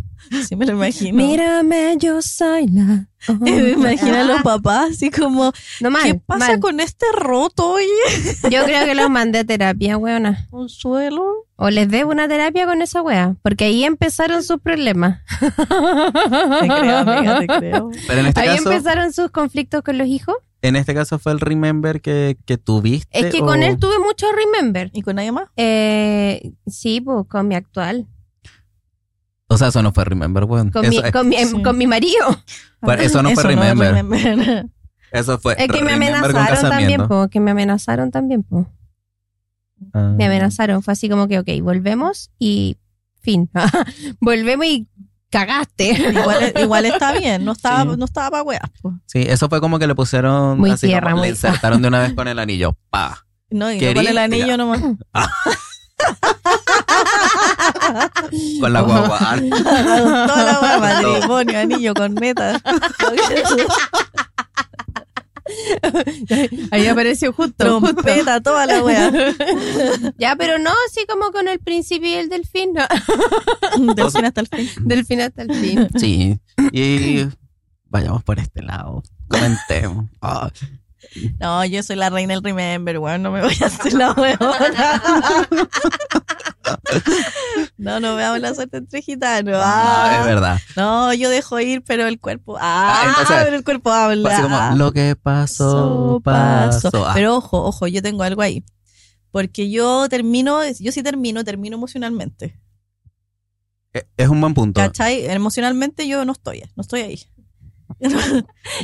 [SPEAKER 2] sí, me lo imagino.
[SPEAKER 4] Mírame, yo soy la. Oh.
[SPEAKER 2] Eh, Me imagino a los papás así como,
[SPEAKER 4] No mal,
[SPEAKER 2] ¿qué pasa
[SPEAKER 4] mal.
[SPEAKER 2] con este roto, oye?
[SPEAKER 4] Yo creo que los mandé a terapia, weona.
[SPEAKER 2] Consuelo.
[SPEAKER 4] O les debo una terapia con esa wea. Porque ahí empezaron sus problemas.
[SPEAKER 2] Te creo, amiga, te creo.
[SPEAKER 3] Pero en este
[SPEAKER 4] Ahí
[SPEAKER 3] caso,
[SPEAKER 4] empezaron sus conflictos con los hijos.
[SPEAKER 3] en este caso fue el remember que, que tuviste.
[SPEAKER 4] Es que
[SPEAKER 3] o-
[SPEAKER 4] con él tuve mucho remember.
[SPEAKER 2] ¿Y con nadie más?
[SPEAKER 4] Eh, sí, pues, con mi actual.
[SPEAKER 3] O sea, eso no fue remember, weón.
[SPEAKER 4] Con,
[SPEAKER 3] Eso,
[SPEAKER 4] mi, con, mi,
[SPEAKER 2] sí.
[SPEAKER 4] con mi marido.
[SPEAKER 3] Pero eso no fue Remember.
[SPEAKER 2] remember.
[SPEAKER 3] eso fue
[SPEAKER 4] Es que me
[SPEAKER 3] remember con
[SPEAKER 4] amenazaron también,
[SPEAKER 3] casamiento.
[SPEAKER 4] po, que me amenazaron también, po.
[SPEAKER 3] Ah.
[SPEAKER 4] Me amenazaron, fue así como que, ok, volvemos y fin. volvemos y cagaste.
[SPEAKER 2] Igual, igual está bien, no estaba,
[SPEAKER 3] Sí.
[SPEAKER 2] no estaba para weas. po.
[SPEAKER 3] Sí, eso fue como que le pusieron.
[SPEAKER 4] Muy
[SPEAKER 3] así como
[SPEAKER 4] tierra, muy-
[SPEAKER 3] Le insertaron de una vez con el anillo. Pa.
[SPEAKER 2] No, y no
[SPEAKER 3] Quería-
[SPEAKER 2] con el anillo nomás.
[SPEAKER 3] Con la guagua.
[SPEAKER 2] Toda la wea,
[SPEAKER 3] No.
[SPEAKER 2] matrimonio, anillo, corneta.
[SPEAKER 4] Ahí apareció justo,
[SPEAKER 2] Trompeta, toda la wea.
[SPEAKER 4] Ya, pero no, así como con el príncipe y el delfín. no.
[SPEAKER 2] Del fin hasta el fin.
[SPEAKER 4] delfín hasta el fin.
[SPEAKER 3] Sí. Y vayamos por este lado. Comentemos. Ah.
[SPEAKER 2] No, yo soy la reina del remember, weón. No me voy a hacer la weona. No, no me hago la suerte entre gitanos.
[SPEAKER 3] Ah, es
[SPEAKER 2] Ah,
[SPEAKER 3] verdad.
[SPEAKER 2] no, yo dejo ir, pero el cuerpo. Ah,
[SPEAKER 3] Ah, entonces,
[SPEAKER 2] pero el cuerpo habla.
[SPEAKER 3] Así como, lo que pasó,
[SPEAKER 2] Paso,
[SPEAKER 3] pasó.
[SPEAKER 2] paso.
[SPEAKER 3] Ah,
[SPEAKER 2] Pero ojo, ojo, yo tengo algo ahí. Porque yo termino, yo sí termino, termino emocionalmente.
[SPEAKER 3] eh, es un buen punto.
[SPEAKER 2] ¿Cachai? Emocionalmente yo no estoy, no estoy ahí.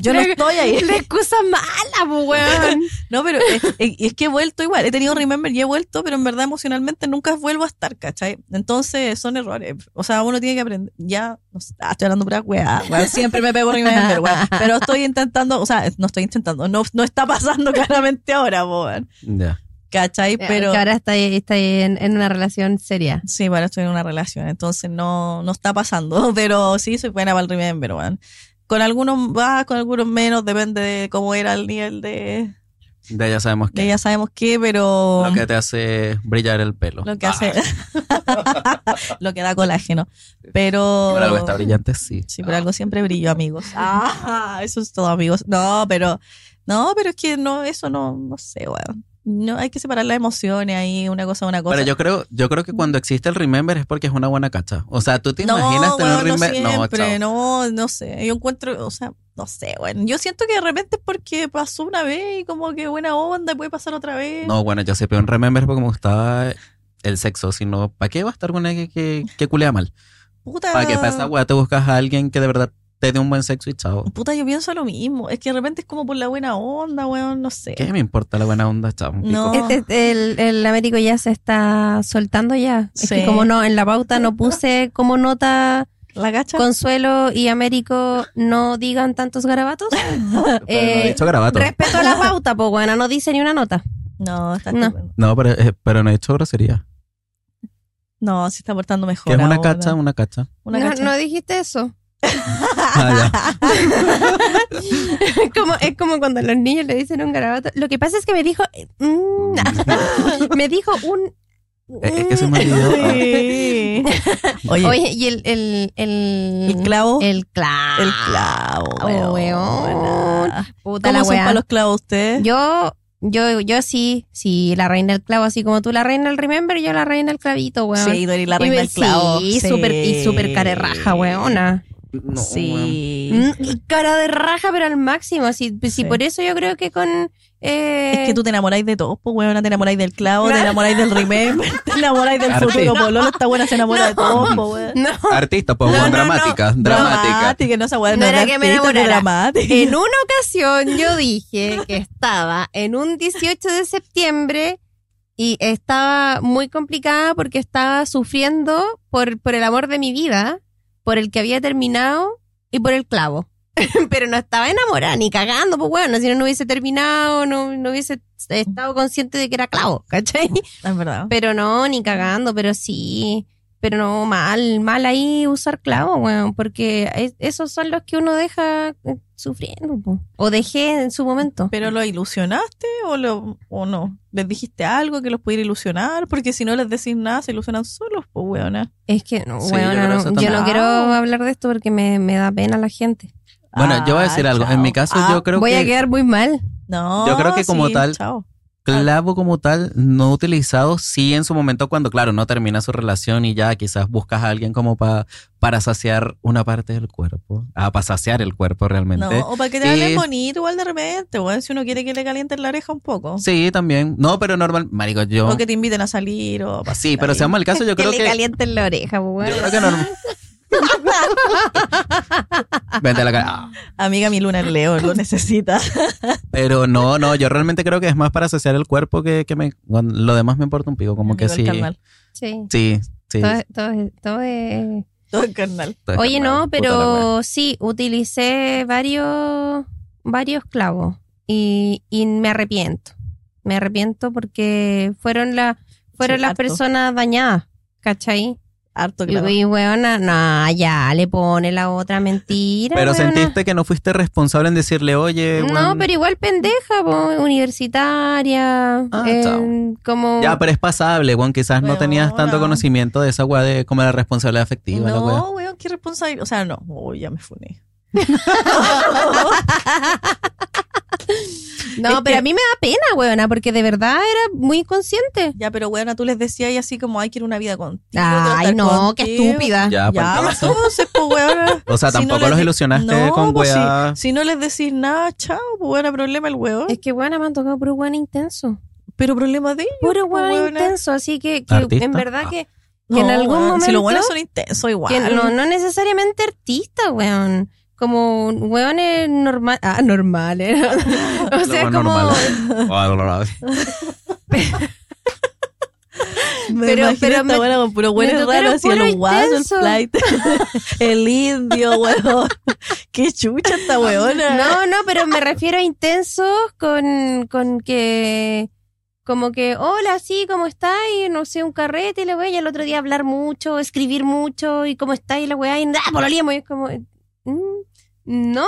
[SPEAKER 2] Yo no estoy ahí.
[SPEAKER 4] La excusa mala, po, weón.
[SPEAKER 2] No, pero es, es- es que he vuelto igual. He tenido Remember y he vuelto, pero en verdad emocionalmente nunca vuelvo a estar, ¿cachai? Entonces son errores. O sea, uno tiene que aprender. Ya, no sé, ah, estoy hablando pura weá. weá. Siempre me pego Remember, weá. Pero estoy intentando, o sea, no estoy intentando. No, no está pasando claramente ahora, weón.
[SPEAKER 3] Ya.
[SPEAKER 2] ¿Cachai? Pero.
[SPEAKER 4] Que ahora está, está en, en una relación seria.
[SPEAKER 2] Sí, bueno, estoy en una relación, entonces no, no está pasando, pero sí soy buena para el remember, weón. Con algunos más, con algunos menos, depende de cómo era el nivel de,
[SPEAKER 3] Ya, ya sabemos
[SPEAKER 2] de
[SPEAKER 3] que
[SPEAKER 2] ya sabemos qué, pero
[SPEAKER 3] lo que te hace brillar el pelo.
[SPEAKER 2] lo que
[SPEAKER 3] Ah,
[SPEAKER 2] hace, lo que da colágeno. Pero,
[SPEAKER 3] Por algo está brillante, sí.
[SPEAKER 2] sí, por algo siempre brillo, amigos. Ah, eso es todo, amigos. No, pero, no, pero es que no, eso no, no sé, weón. No, hay que separar las emociones ahí, una cosa, una cosa.
[SPEAKER 3] Pero yo creo, yo creo que cuando existe el remember es porque es una buena cacha. O sea, tú te imaginas tener
[SPEAKER 2] weón,
[SPEAKER 3] un remember.
[SPEAKER 2] No,
[SPEAKER 3] No,
[SPEAKER 2] siempre,
[SPEAKER 3] chao.
[SPEAKER 2] no, no sé. Yo encuentro, o sea, no sé, bueno. Yo siento que de repente es porque pasó una vez y como que buena onda, puede pasar otra vez.
[SPEAKER 3] No, bueno, yo sé peor en remember porque me gustaba el sexo, sino ¿para qué va a estar con alguien que, que culea mal?
[SPEAKER 2] puta.
[SPEAKER 3] ¿Para qué pasa, weá? Te buscas a alguien que de verdad te dé un buen sexo y chao.
[SPEAKER 2] Puta, yo pienso lo mismo. Es que de repente es como por la buena onda, weón, no sé.
[SPEAKER 3] ¿Qué me importa la buena onda, chao?
[SPEAKER 2] No.
[SPEAKER 3] Pico.
[SPEAKER 4] Este- este- el, el Américo ya se está soltando ya. Es que
[SPEAKER 2] Sí.
[SPEAKER 4] como no, en la pauta no puse como nota
[SPEAKER 2] La gacha.
[SPEAKER 4] Consuelo y Américo no digan tantos garabatos.
[SPEAKER 3] Pero no,
[SPEAKER 4] eh,
[SPEAKER 3] he dicho garabato.
[SPEAKER 4] Respeto a la pauta, pues bueno, no dice ni una nota.
[SPEAKER 2] No, está
[SPEAKER 4] No.
[SPEAKER 2] estupendo.
[SPEAKER 3] No, pero, eh, pero no he dicho grosería.
[SPEAKER 2] No, se está portando
[SPEAKER 3] Que
[SPEAKER 2] mejor.
[SPEAKER 3] es una
[SPEAKER 2] ahora.
[SPEAKER 3] cacha, una cacha.
[SPEAKER 2] Una
[SPEAKER 4] no,
[SPEAKER 2] cacha.
[SPEAKER 4] no dijiste eso.
[SPEAKER 3] Ah,
[SPEAKER 4] Es como, es como cuando a los niños le dicen un garabato. Lo que pasa es que me dijo. eh, mm, me dijo un.
[SPEAKER 3] Eh, es que se me
[SPEAKER 4] mm.
[SPEAKER 3] olvidó.
[SPEAKER 2] Sí. Oye,
[SPEAKER 4] Oye, y el. El, el,
[SPEAKER 2] el clavo. El,
[SPEAKER 4] el clavo.
[SPEAKER 2] clavo,
[SPEAKER 4] Oh,
[SPEAKER 2] weón. Ah,
[SPEAKER 4] weón. Puta
[SPEAKER 2] ¿Cómo
[SPEAKER 4] la
[SPEAKER 2] son
[SPEAKER 4] weá.
[SPEAKER 2] para los clavos ustedes?
[SPEAKER 4] Yo, yo, yo sí, sí, la reina del clavo, así como tú la reina del remember, yo la reina del clavito, weón.
[SPEAKER 2] Sí, tú eres la reina
[SPEAKER 4] Y-
[SPEAKER 2] del clavo.
[SPEAKER 4] Sí, Super, y súper cara de raja, weona.
[SPEAKER 3] ya. No, weón.
[SPEAKER 2] Sí.
[SPEAKER 4] Mm, y cara de raja, pero al máximo. Así, pues, si
[SPEAKER 2] Sí.
[SPEAKER 4] por eso yo creo que con. eh,
[SPEAKER 2] Es que tú te enamoráis de todo, pues, weona. Te enamoráis del clavo, te
[SPEAKER 4] Claro.
[SPEAKER 2] enamoráis del remember, te enamoráis del
[SPEAKER 3] Arte.
[SPEAKER 2] futuro. Pololo, esta buena se enamora de todo, po, weón.
[SPEAKER 4] No,
[SPEAKER 3] Artista, pues,
[SPEAKER 4] No,
[SPEAKER 3] weón,
[SPEAKER 4] no, no.
[SPEAKER 3] dramática, dramática.
[SPEAKER 2] no esa weona
[SPEAKER 4] No
[SPEAKER 2] es
[SPEAKER 4] era
[SPEAKER 2] de
[SPEAKER 4] que me
[SPEAKER 2] artista, es de
[SPEAKER 4] enamorara.
[SPEAKER 2] dramática.
[SPEAKER 4] en una ocasión yo dije que estaba en un 18 de septiembre y estaba muy complicada porque estaba sufriendo por, por el amor de mi vida, por el que había terminado y por el clavo. Pero no estaba enamorada ni cagando, pues bueno, si no, no hubiese terminado, no, no hubiese estado consciente de que era clavo, ¿cachai?
[SPEAKER 2] Es verdad.
[SPEAKER 4] Pero no, ni cagando, pero sí. Pero no, mal, mal ahí usar clavo, weón, porque es- esos son los que uno deja eh, sufriendo, po. o dejé en su momento.
[SPEAKER 2] ¿Pero lo ilusionaste o, lo, o no? ¿Les dijiste algo que los pudiera ilusionar? Porque si no les decís nada, se ilusionan solos, pues, weona.
[SPEAKER 4] Es que, no,
[SPEAKER 3] Sí, yo
[SPEAKER 4] weona,
[SPEAKER 3] creo
[SPEAKER 4] no,
[SPEAKER 3] eso
[SPEAKER 4] yo
[SPEAKER 3] también.
[SPEAKER 4] no quiero hablar de esto porque me, me da pena la gente.
[SPEAKER 3] Bueno, yo voy a
[SPEAKER 2] Ah,
[SPEAKER 3] decir algo.
[SPEAKER 2] chao.
[SPEAKER 3] En mi caso,
[SPEAKER 2] Ah,
[SPEAKER 3] yo creo
[SPEAKER 4] Voy a
[SPEAKER 3] que
[SPEAKER 4] quedar muy mal.
[SPEAKER 2] No,
[SPEAKER 3] yo creo que como
[SPEAKER 2] sí,
[SPEAKER 3] tal-
[SPEAKER 2] chao.
[SPEAKER 3] clavo como tal no utilizado, sí en su momento cuando, claro, no termina su relación y ya quizás buscas a alguien como pa- para saciar una parte del cuerpo. Ah, para saciar el cuerpo
[SPEAKER 2] No,
[SPEAKER 3] realmente.
[SPEAKER 2] o para que te hablen
[SPEAKER 3] Eh,
[SPEAKER 2] bonito igual de repente, weón, si uno quiere que le calienten la oreja un poco.
[SPEAKER 3] Sí, también. No, pero normal, marico, yo...
[SPEAKER 2] O que te inviten a salir o a pasar
[SPEAKER 3] Sí, pero
[SPEAKER 2] ahí.
[SPEAKER 3] seamos el caso, yo
[SPEAKER 4] que
[SPEAKER 3] creo
[SPEAKER 4] le
[SPEAKER 3] que...
[SPEAKER 4] calienten la oreja, po,
[SPEAKER 3] Yo
[SPEAKER 4] weón.
[SPEAKER 3] creo que normal. Vente a la cara. Ah.
[SPEAKER 2] Amiga, mi luna en Leo lo necesita.
[SPEAKER 3] Pero no, no, yo realmente creo que es más para saciar el cuerpo que, que me, lo demás me importa un pico, como que
[SPEAKER 2] Amigo, el
[SPEAKER 3] sí.
[SPEAKER 2] carnal.
[SPEAKER 4] Sí.
[SPEAKER 3] Sí, sí.
[SPEAKER 4] Todo, es- todo es- todo es-
[SPEAKER 2] Todo el carnal.
[SPEAKER 3] todo es
[SPEAKER 4] Oye,
[SPEAKER 3] carnal,
[SPEAKER 4] no,
[SPEAKER 3] puta la wea.
[SPEAKER 4] pero sí, utilicé varios, varios clavos y, y me arrepiento. Me arrepiento porque fueron, la, fueron
[SPEAKER 2] Sí,
[SPEAKER 4] las
[SPEAKER 2] harto.
[SPEAKER 4] personas dañadas, ¿cachai?
[SPEAKER 2] Harto
[SPEAKER 4] Y,
[SPEAKER 2] clavo.
[SPEAKER 4] y weona, no, ya le pone la otra mentira.
[SPEAKER 3] Pero
[SPEAKER 4] weona.
[SPEAKER 3] sentiste que no fuiste responsable en decirle, oye,
[SPEAKER 4] No,
[SPEAKER 3] weón,
[SPEAKER 4] pero igual pendeja, po, universitaria,
[SPEAKER 3] Ah,
[SPEAKER 4] eh,
[SPEAKER 3] chao.
[SPEAKER 4] como...
[SPEAKER 3] Ya, pero es pasable, Juan. Quizás no tenías tanto
[SPEAKER 2] Weona.
[SPEAKER 3] conocimiento de esa weá de como la responsabilidad afectiva. la weá.
[SPEAKER 2] No, weón, qué responsabilidad. O sea, no. Uy, ya me funé. es
[SPEAKER 4] no,
[SPEAKER 2] que-
[SPEAKER 4] pero a mí me da pena, weona, porque de verdad era muy inconsciente.
[SPEAKER 2] Ya, pero weona, tú les decías y así como, ay, quiero una vida contigo. quiero
[SPEAKER 4] Ay,
[SPEAKER 2] estar
[SPEAKER 4] no, qué
[SPEAKER 2] contigo.
[SPEAKER 4] estúpida.
[SPEAKER 2] Ya,
[SPEAKER 3] Ya, ¿para qué
[SPEAKER 2] pues,
[SPEAKER 3] pasó?
[SPEAKER 2] entonces, pues, weona.
[SPEAKER 3] Ah, O sea,
[SPEAKER 2] Si no
[SPEAKER 3] tampoco
[SPEAKER 2] les
[SPEAKER 3] los
[SPEAKER 2] di-
[SPEAKER 3] ilusionaste
[SPEAKER 2] No,
[SPEAKER 3] con
[SPEAKER 2] pues, sí.
[SPEAKER 3] weá.
[SPEAKER 2] Si no les decís nada, chao, pues, weona, problema el weón.
[SPEAKER 4] Es que, bueno, me han tocado puro weón intenso.
[SPEAKER 2] Pero problema de ellos.
[SPEAKER 4] Puro
[SPEAKER 2] pues,
[SPEAKER 4] weón
[SPEAKER 2] weona.
[SPEAKER 4] intenso. Así que, que
[SPEAKER 3] ¿Artista?
[SPEAKER 4] en verdad
[SPEAKER 3] Ah.
[SPEAKER 4] que, que en algún
[SPEAKER 2] weón, Si los
[SPEAKER 4] momento-
[SPEAKER 2] buenos son intensos, igual.
[SPEAKER 4] que no, no necesariamente artista, weón. Como weones normal, ah, normales. o sea,
[SPEAKER 3] Lo
[SPEAKER 4] como.
[SPEAKER 3] normal. Ah, no, no, no.
[SPEAKER 2] Me
[SPEAKER 4] Pero-
[SPEAKER 2] imagino
[SPEAKER 4] pero
[SPEAKER 2] esta
[SPEAKER 4] me-
[SPEAKER 2] buena con puro bueno
[SPEAKER 4] me
[SPEAKER 2] es
[SPEAKER 4] tocaron
[SPEAKER 2] raro hacia
[SPEAKER 4] puro
[SPEAKER 2] los guasos, el
[SPEAKER 4] intenso.
[SPEAKER 2] flight, el indio, weón. Qué chucha esta weona.
[SPEAKER 4] No, no, pero me refiero a intensos con, con que. Como que, hola, sí, ¿cómo estás? Y no sé, un carrete y la weá. Y al otro día hablar mucho, escribir mucho, y cómo estás y la weá. Y nada, pololeamos. Y es como, mm, no.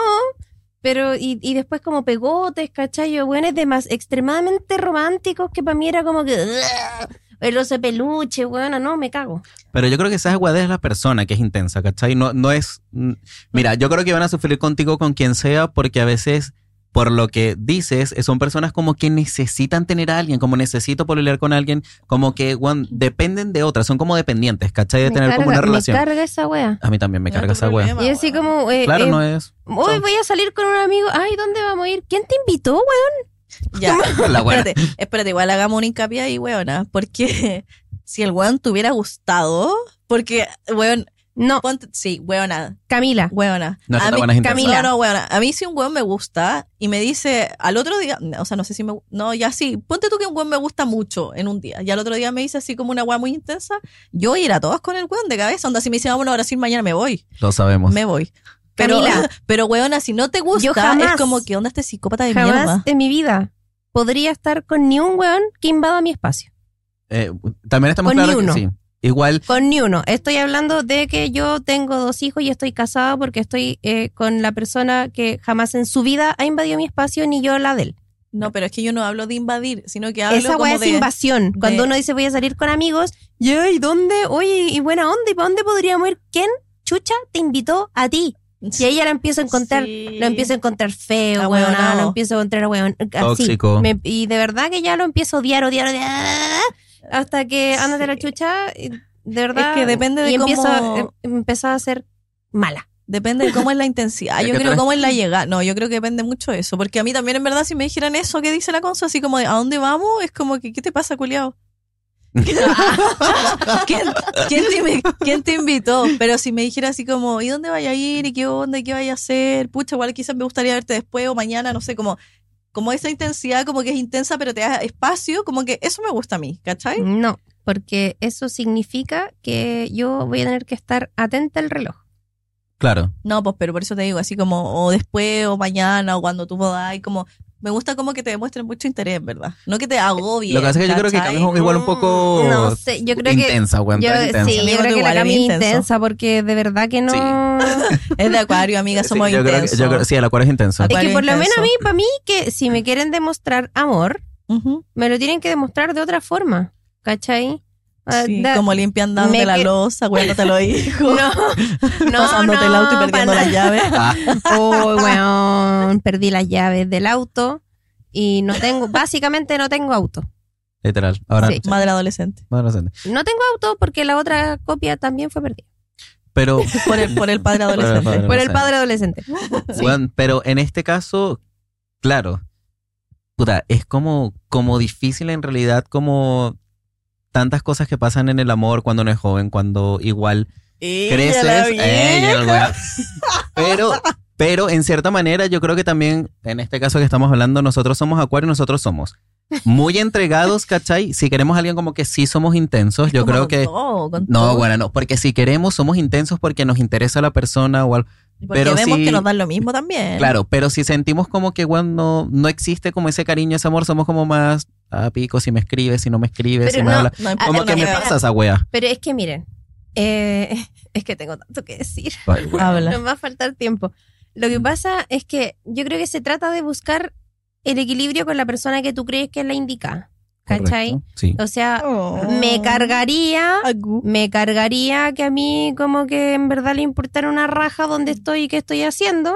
[SPEAKER 4] Pero, y, y después como pegotes, ¿cachai? Yo, weones de más extremadamente románticos que para mí era como que. "Ugh", El oso de peluche, weona, no, me cago.
[SPEAKER 3] Pero yo creo que esa weá es la persona que es intensa, ¿cachai? No, no es. mm, Mira, yo creo que van a sufrir contigo con quien sea, porque a veces, por lo que dices, eh, son personas como que necesitan tener a alguien, como necesito pololear con alguien, como que weón, dependen de otras, son como dependientes, ¿cachai? De
[SPEAKER 4] Me
[SPEAKER 3] tener como
[SPEAKER 4] carga-
[SPEAKER 3] una
[SPEAKER 4] me
[SPEAKER 3] relación.
[SPEAKER 4] carga esa weá.
[SPEAKER 3] A mí también me
[SPEAKER 2] Mira
[SPEAKER 3] carga
[SPEAKER 2] tu
[SPEAKER 3] esa weá.
[SPEAKER 2] problema,
[SPEAKER 4] Y así
[SPEAKER 2] weón.
[SPEAKER 4] como, eh,
[SPEAKER 3] Claro,
[SPEAKER 4] eh,
[SPEAKER 3] no es.
[SPEAKER 4] Hoy voy a salir con un amigo. Ay, ¿dónde vamos a ir? ¿Quién te invitó, weón?
[SPEAKER 2] Ya,
[SPEAKER 3] La buena.
[SPEAKER 2] espérate, espérate, igual hagamos un hincapié ahí, weona, porque si el weón te hubiera gustado, porque, weón,
[SPEAKER 4] No,
[SPEAKER 2] ponte- sí, weona,
[SPEAKER 4] Camila.
[SPEAKER 2] weona.
[SPEAKER 3] No es
[SPEAKER 2] A
[SPEAKER 3] tan
[SPEAKER 2] mí-
[SPEAKER 3] buena gente.
[SPEAKER 4] Camila.
[SPEAKER 2] No, no, weona, a mí si un weón me gusta y me dice al otro día, o sea, no sé si me, no, ya sí, ponte tú que un weón me gusta mucho en un día y al otro día me dice así como una weá muy intensa, yo voy a ir a todas con el weón de cabeza, onda, si me dice vámonos a Brasil mañana me voy.
[SPEAKER 3] Lo sabemos.
[SPEAKER 2] Me voy. Pero,
[SPEAKER 4] Camila.
[SPEAKER 2] pero weona, si no te gusta,
[SPEAKER 4] Yo jamás-
[SPEAKER 2] es como que onda este psicópata de
[SPEAKER 4] Jamás
[SPEAKER 2] mierda.
[SPEAKER 4] en mi vida podría estar con ni un weón que invada mi espacio.
[SPEAKER 3] Eh, también estamos
[SPEAKER 4] Con ni
[SPEAKER 3] claros que
[SPEAKER 4] uno.
[SPEAKER 3] sí. Igual,
[SPEAKER 4] Con ni uno. Estoy hablando de que yo tengo dos hijos y estoy casada porque estoy eh, con la persona que jamás en su vida ha invadido mi espacio ni yo la de él.
[SPEAKER 2] No, pero es que yo no hablo de invadir, sino que hablo
[SPEAKER 4] Esa
[SPEAKER 2] como
[SPEAKER 4] weá es
[SPEAKER 2] de
[SPEAKER 4] invasión.
[SPEAKER 2] de-
[SPEAKER 4] Cuando uno dice voy a salir con amigos, y ay, ¿dónde? Oye, y buena onda, ¿y para dónde podríamos ir? ¿Quién? Chucha te invitó a ti. Y ella la empiezo a encontrar
[SPEAKER 2] Sí.
[SPEAKER 4] lo empiezo a encontrar feo,
[SPEAKER 2] Ah,
[SPEAKER 4] weón,
[SPEAKER 2] huevonao.
[SPEAKER 4] lo empiezo a encontrar weón, así.
[SPEAKER 3] Tóxico.
[SPEAKER 4] Me- y de verdad que ya lo empiezo a odiar, odiar, odiar, hasta que anda de la
[SPEAKER 2] Sí.
[SPEAKER 4] chucha, y de verdad.
[SPEAKER 2] Es que depende de
[SPEAKER 4] y empiezo
[SPEAKER 2] cómo-
[SPEAKER 4] a, em- empezó a ser mala.
[SPEAKER 2] Depende de cómo es la intensidad.
[SPEAKER 3] Es
[SPEAKER 2] Yo
[SPEAKER 3] que
[SPEAKER 2] creo
[SPEAKER 3] tenés-
[SPEAKER 2] cómo es la llegada. No, yo creo que depende mucho de eso. Porque a mí también, en verdad, si me dijeran eso que dice la cosa, así como de ¿a dónde vamos? Es como que, ¿qué te pasa, culiao? ¿Quién, quién te, invi- quién te invitó? Pero si me dijera así como, ¿y dónde vaya a ir? ¿Y qué onda? ¿Y qué vaya a hacer? Pucha, igual quizás me gustaría verte después o mañana, no sé, como, como esa intensidad, como que es intensa, pero te da espacio, como que eso me gusta a mí, ¿cachai?
[SPEAKER 4] No, porque eso significa que yo voy a tener que estar atenta al reloj.
[SPEAKER 3] claro.
[SPEAKER 2] No, pues, pero por eso te digo, así como, o después, o mañana, o cuando tú podáis, como, Me gusta como que te demuestren mucho interés, en ¿verdad? No que te agobie.
[SPEAKER 3] Lo que pasa es que yo creo que
[SPEAKER 2] ¿cachai?
[SPEAKER 3] Cami es igual un poco
[SPEAKER 4] Mm, No sé, yo creo que.
[SPEAKER 3] intensa, weón.
[SPEAKER 4] Yo,
[SPEAKER 3] tú eres intensa.
[SPEAKER 4] sí, yo
[SPEAKER 2] Amigo,
[SPEAKER 4] creo
[SPEAKER 2] tú
[SPEAKER 4] que la
[SPEAKER 2] igual eres
[SPEAKER 4] Cami es
[SPEAKER 2] intenso.
[SPEAKER 4] intensa porque de verdad que no.
[SPEAKER 2] Es de acuario, amiga, somos
[SPEAKER 3] Sí, yo creo que- yo
[SPEAKER 2] intensos.
[SPEAKER 3] creo- sí, el acuario es intenso.
[SPEAKER 4] Es
[SPEAKER 2] Acuario
[SPEAKER 4] que por lo menos
[SPEAKER 2] intenso.
[SPEAKER 4] a mí, para mí, que si me quieren demostrar amor,
[SPEAKER 2] Ujú,
[SPEAKER 4] me lo tienen que demostrar de otra forma. ¿Cachai? Ah,
[SPEAKER 2] sí,
[SPEAKER 4] da-
[SPEAKER 2] como limpian
[SPEAKER 4] me
[SPEAKER 2] dándote la
[SPEAKER 4] que-
[SPEAKER 2] losa, acuérdate lo dijo.
[SPEAKER 4] No, no,
[SPEAKER 2] pasándote el auto y
[SPEAKER 4] no,
[SPEAKER 2] perdiendo
[SPEAKER 4] pa'
[SPEAKER 2] las llaves.
[SPEAKER 3] Ah,
[SPEAKER 4] Oh, weón, perdí las llaves del auto y no tengo, básicamente no tengo auto.
[SPEAKER 3] literal. Ahora,
[SPEAKER 4] Sí.
[SPEAKER 2] Madre adolescente.
[SPEAKER 3] bueno, no sé.
[SPEAKER 4] No tengo auto porque la otra copia también fue perdida.
[SPEAKER 3] Pero,
[SPEAKER 2] Por el, por el padre
[SPEAKER 3] el
[SPEAKER 2] adolescente.
[SPEAKER 3] padre.
[SPEAKER 4] Por el
[SPEAKER 3] sé.
[SPEAKER 4] padre adolescente.
[SPEAKER 3] weón, pero en este caso, claro, puta, es como, como difícil en realidad, como tantas cosas que pasan en el amor cuando uno es joven, cuando igual
[SPEAKER 2] Y ya la
[SPEAKER 3] creces.
[SPEAKER 2] vi.
[SPEAKER 3] eh, ya el weón. pero, pero en cierta manera, yo creo que también, en este caso que estamos hablando, nosotros somos acuario, nosotros somos muy entregados, ¿cachai? Si queremos a alguien como que sí somos intensos, yo
[SPEAKER 2] Como
[SPEAKER 3] creo
[SPEAKER 2] con
[SPEAKER 3] que.
[SPEAKER 2] todo, con
[SPEAKER 3] No,
[SPEAKER 2] todo.
[SPEAKER 3] bueno, no, porque si queremos somos intensos porque nos interesa la persona o algo.
[SPEAKER 2] Porque
[SPEAKER 3] pero
[SPEAKER 2] vemos
[SPEAKER 3] sí-
[SPEAKER 2] que nos dan lo mismo
[SPEAKER 4] Eh.
[SPEAKER 2] también.
[SPEAKER 3] Claro, pero si sentimos como que weón, no, no existe como ese cariño, ese amor, somos como más a pico si me escribes, si no me escribes,
[SPEAKER 4] Pero
[SPEAKER 3] si me
[SPEAKER 4] no,
[SPEAKER 3] hablas.
[SPEAKER 2] No importa,
[SPEAKER 3] Como
[SPEAKER 4] no,
[SPEAKER 3] que
[SPEAKER 2] no
[SPEAKER 3] me
[SPEAKER 2] importa.
[SPEAKER 3] pasa esa wea.
[SPEAKER 4] Pero es que miren, eh, es que tengo tanto que decir.
[SPEAKER 2] Habla.
[SPEAKER 4] Nos va a faltar tiempo. Lo
[SPEAKER 2] Mm.
[SPEAKER 4] que pasa es que yo creo que se trata de buscar el equilibrio con la persona que tú crees que es la indica. ¿Cachai?
[SPEAKER 3] Correcto, Sí.
[SPEAKER 4] O sea,
[SPEAKER 2] Oh.
[SPEAKER 4] me cargaría
[SPEAKER 2] Agu.
[SPEAKER 4] me cargaría que a mí como que en verdad le importara una raja donde estoy y qué estoy haciendo.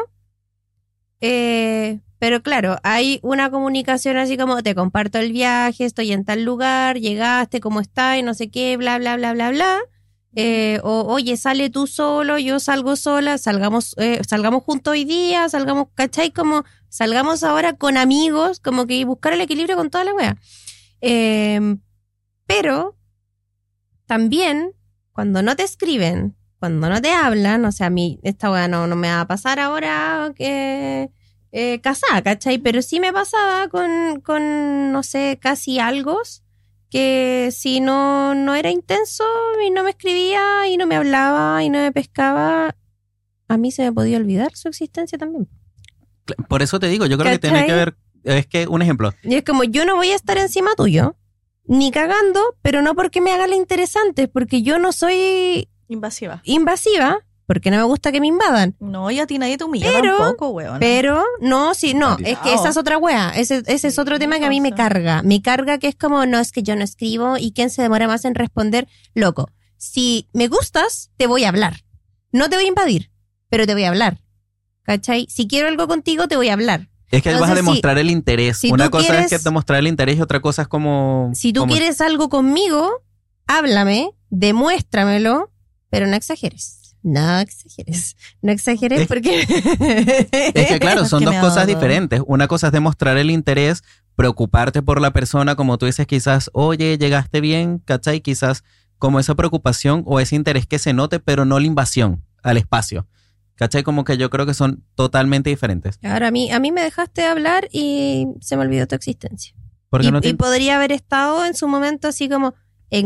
[SPEAKER 4] Eh, pero claro, hay una comunicación así como te comparto el viaje, estoy en tal lugar, llegaste, cómo estás, y no sé qué, bla, bla, bla, bla, bla. Eh, o oye, sale tú solo, yo salgo sola, salgamos, eh, salgamos juntos hoy día, salgamos, ¿cachai? Como salgamos ahora con amigos, como que buscar el equilibrio con toda la wea. Eh, pero también cuando no te escriben, cuando no te hablan, o sea, a mí esta weá no, no me va a pasar ahora que eh, casada, ¿cachai? Pero sí me pasaba con, con no sé, casi algo que si no, no era intenso y no me escribía y no me hablaba y no me pescaba, a mí se me podía olvidar su existencia también.
[SPEAKER 3] Cla- Por eso te digo, yo creo que tiene
[SPEAKER 4] ¿Cachai?
[SPEAKER 3] que ver, es que un ejemplo,
[SPEAKER 4] Y es como, yo no voy a estar encima tuyo, ni cagando, pero no porque me haga la interesante, porque yo no soy
[SPEAKER 2] Invasiva.
[SPEAKER 4] invasiva, porque no me gusta que me invadan.
[SPEAKER 2] No, y a ti nadie te humilla
[SPEAKER 4] Pero-
[SPEAKER 2] tampoco, weón.
[SPEAKER 4] Pero no, sí, no,
[SPEAKER 3] Nadie.
[SPEAKER 4] es que esa es otra wea. Ese, ese es otro
[SPEAKER 2] Sí,
[SPEAKER 4] tema que a mí
[SPEAKER 2] o
[SPEAKER 4] me
[SPEAKER 2] sea.
[SPEAKER 4] carga. Me carga que es como, no, es que yo no escribo y quién se demora más en responder. Loco, si me gustas, te voy a hablar. No te voy a invadir, pero te voy a hablar. ¿Cachai? Si quiero algo contigo, te voy a hablar.
[SPEAKER 3] es que vas a
[SPEAKER 4] Entonces,
[SPEAKER 3] demostrar el interés.
[SPEAKER 4] si
[SPEAKER 3] Una
[SPEAKER 4] tú
[SPEAKER 3] cosa es
[SPEAKER 4] quieres-
[SPEAKER 3] que demostrar el interés y otra cosa es como...
[SPEAKER 4] Si tú
[SPEAKER 3] como-
[SPEAKER 4] quieres algo conmigo, háblame, demuéstramelo, pero no exageres. No exageres. No exageres
[SPEAKER 3] Es-
[SPEAKER 4] porque...
[SPEAKER 3] Es que claro,
[SPEAKER 2] Es
[SPEAKER 3] son
[SPEAKER 2] que
[SPEAKER 3] dos
[SPEAKER 2] me
[SPEAKER 3] cosas
[SPEAKER 2] ahogo.
[SPEAKER 3] diferentes. Una cosa es demostrar el interés, preocuparte por la persona, como tú dices, quizás, oye, llegaste bien, ¿cachai? Quizás como esa preocupación o ese interés que se note, pero no la invasión al espacio. ¿Cachai? Como que yo creo que son totalmente diferentes.
[SPEAKER 4] Ahora a mí, a mí me dejaste hablar y se me olvidó tu existencia.
[SPEAKER 3] Porque
[SPEAKER 4] Y,
[SPEAKER 3] no
[SPEAKER 4] y
[SPEAKER 3] te...
[SPEAKER 4] podría haber estado en su momento así como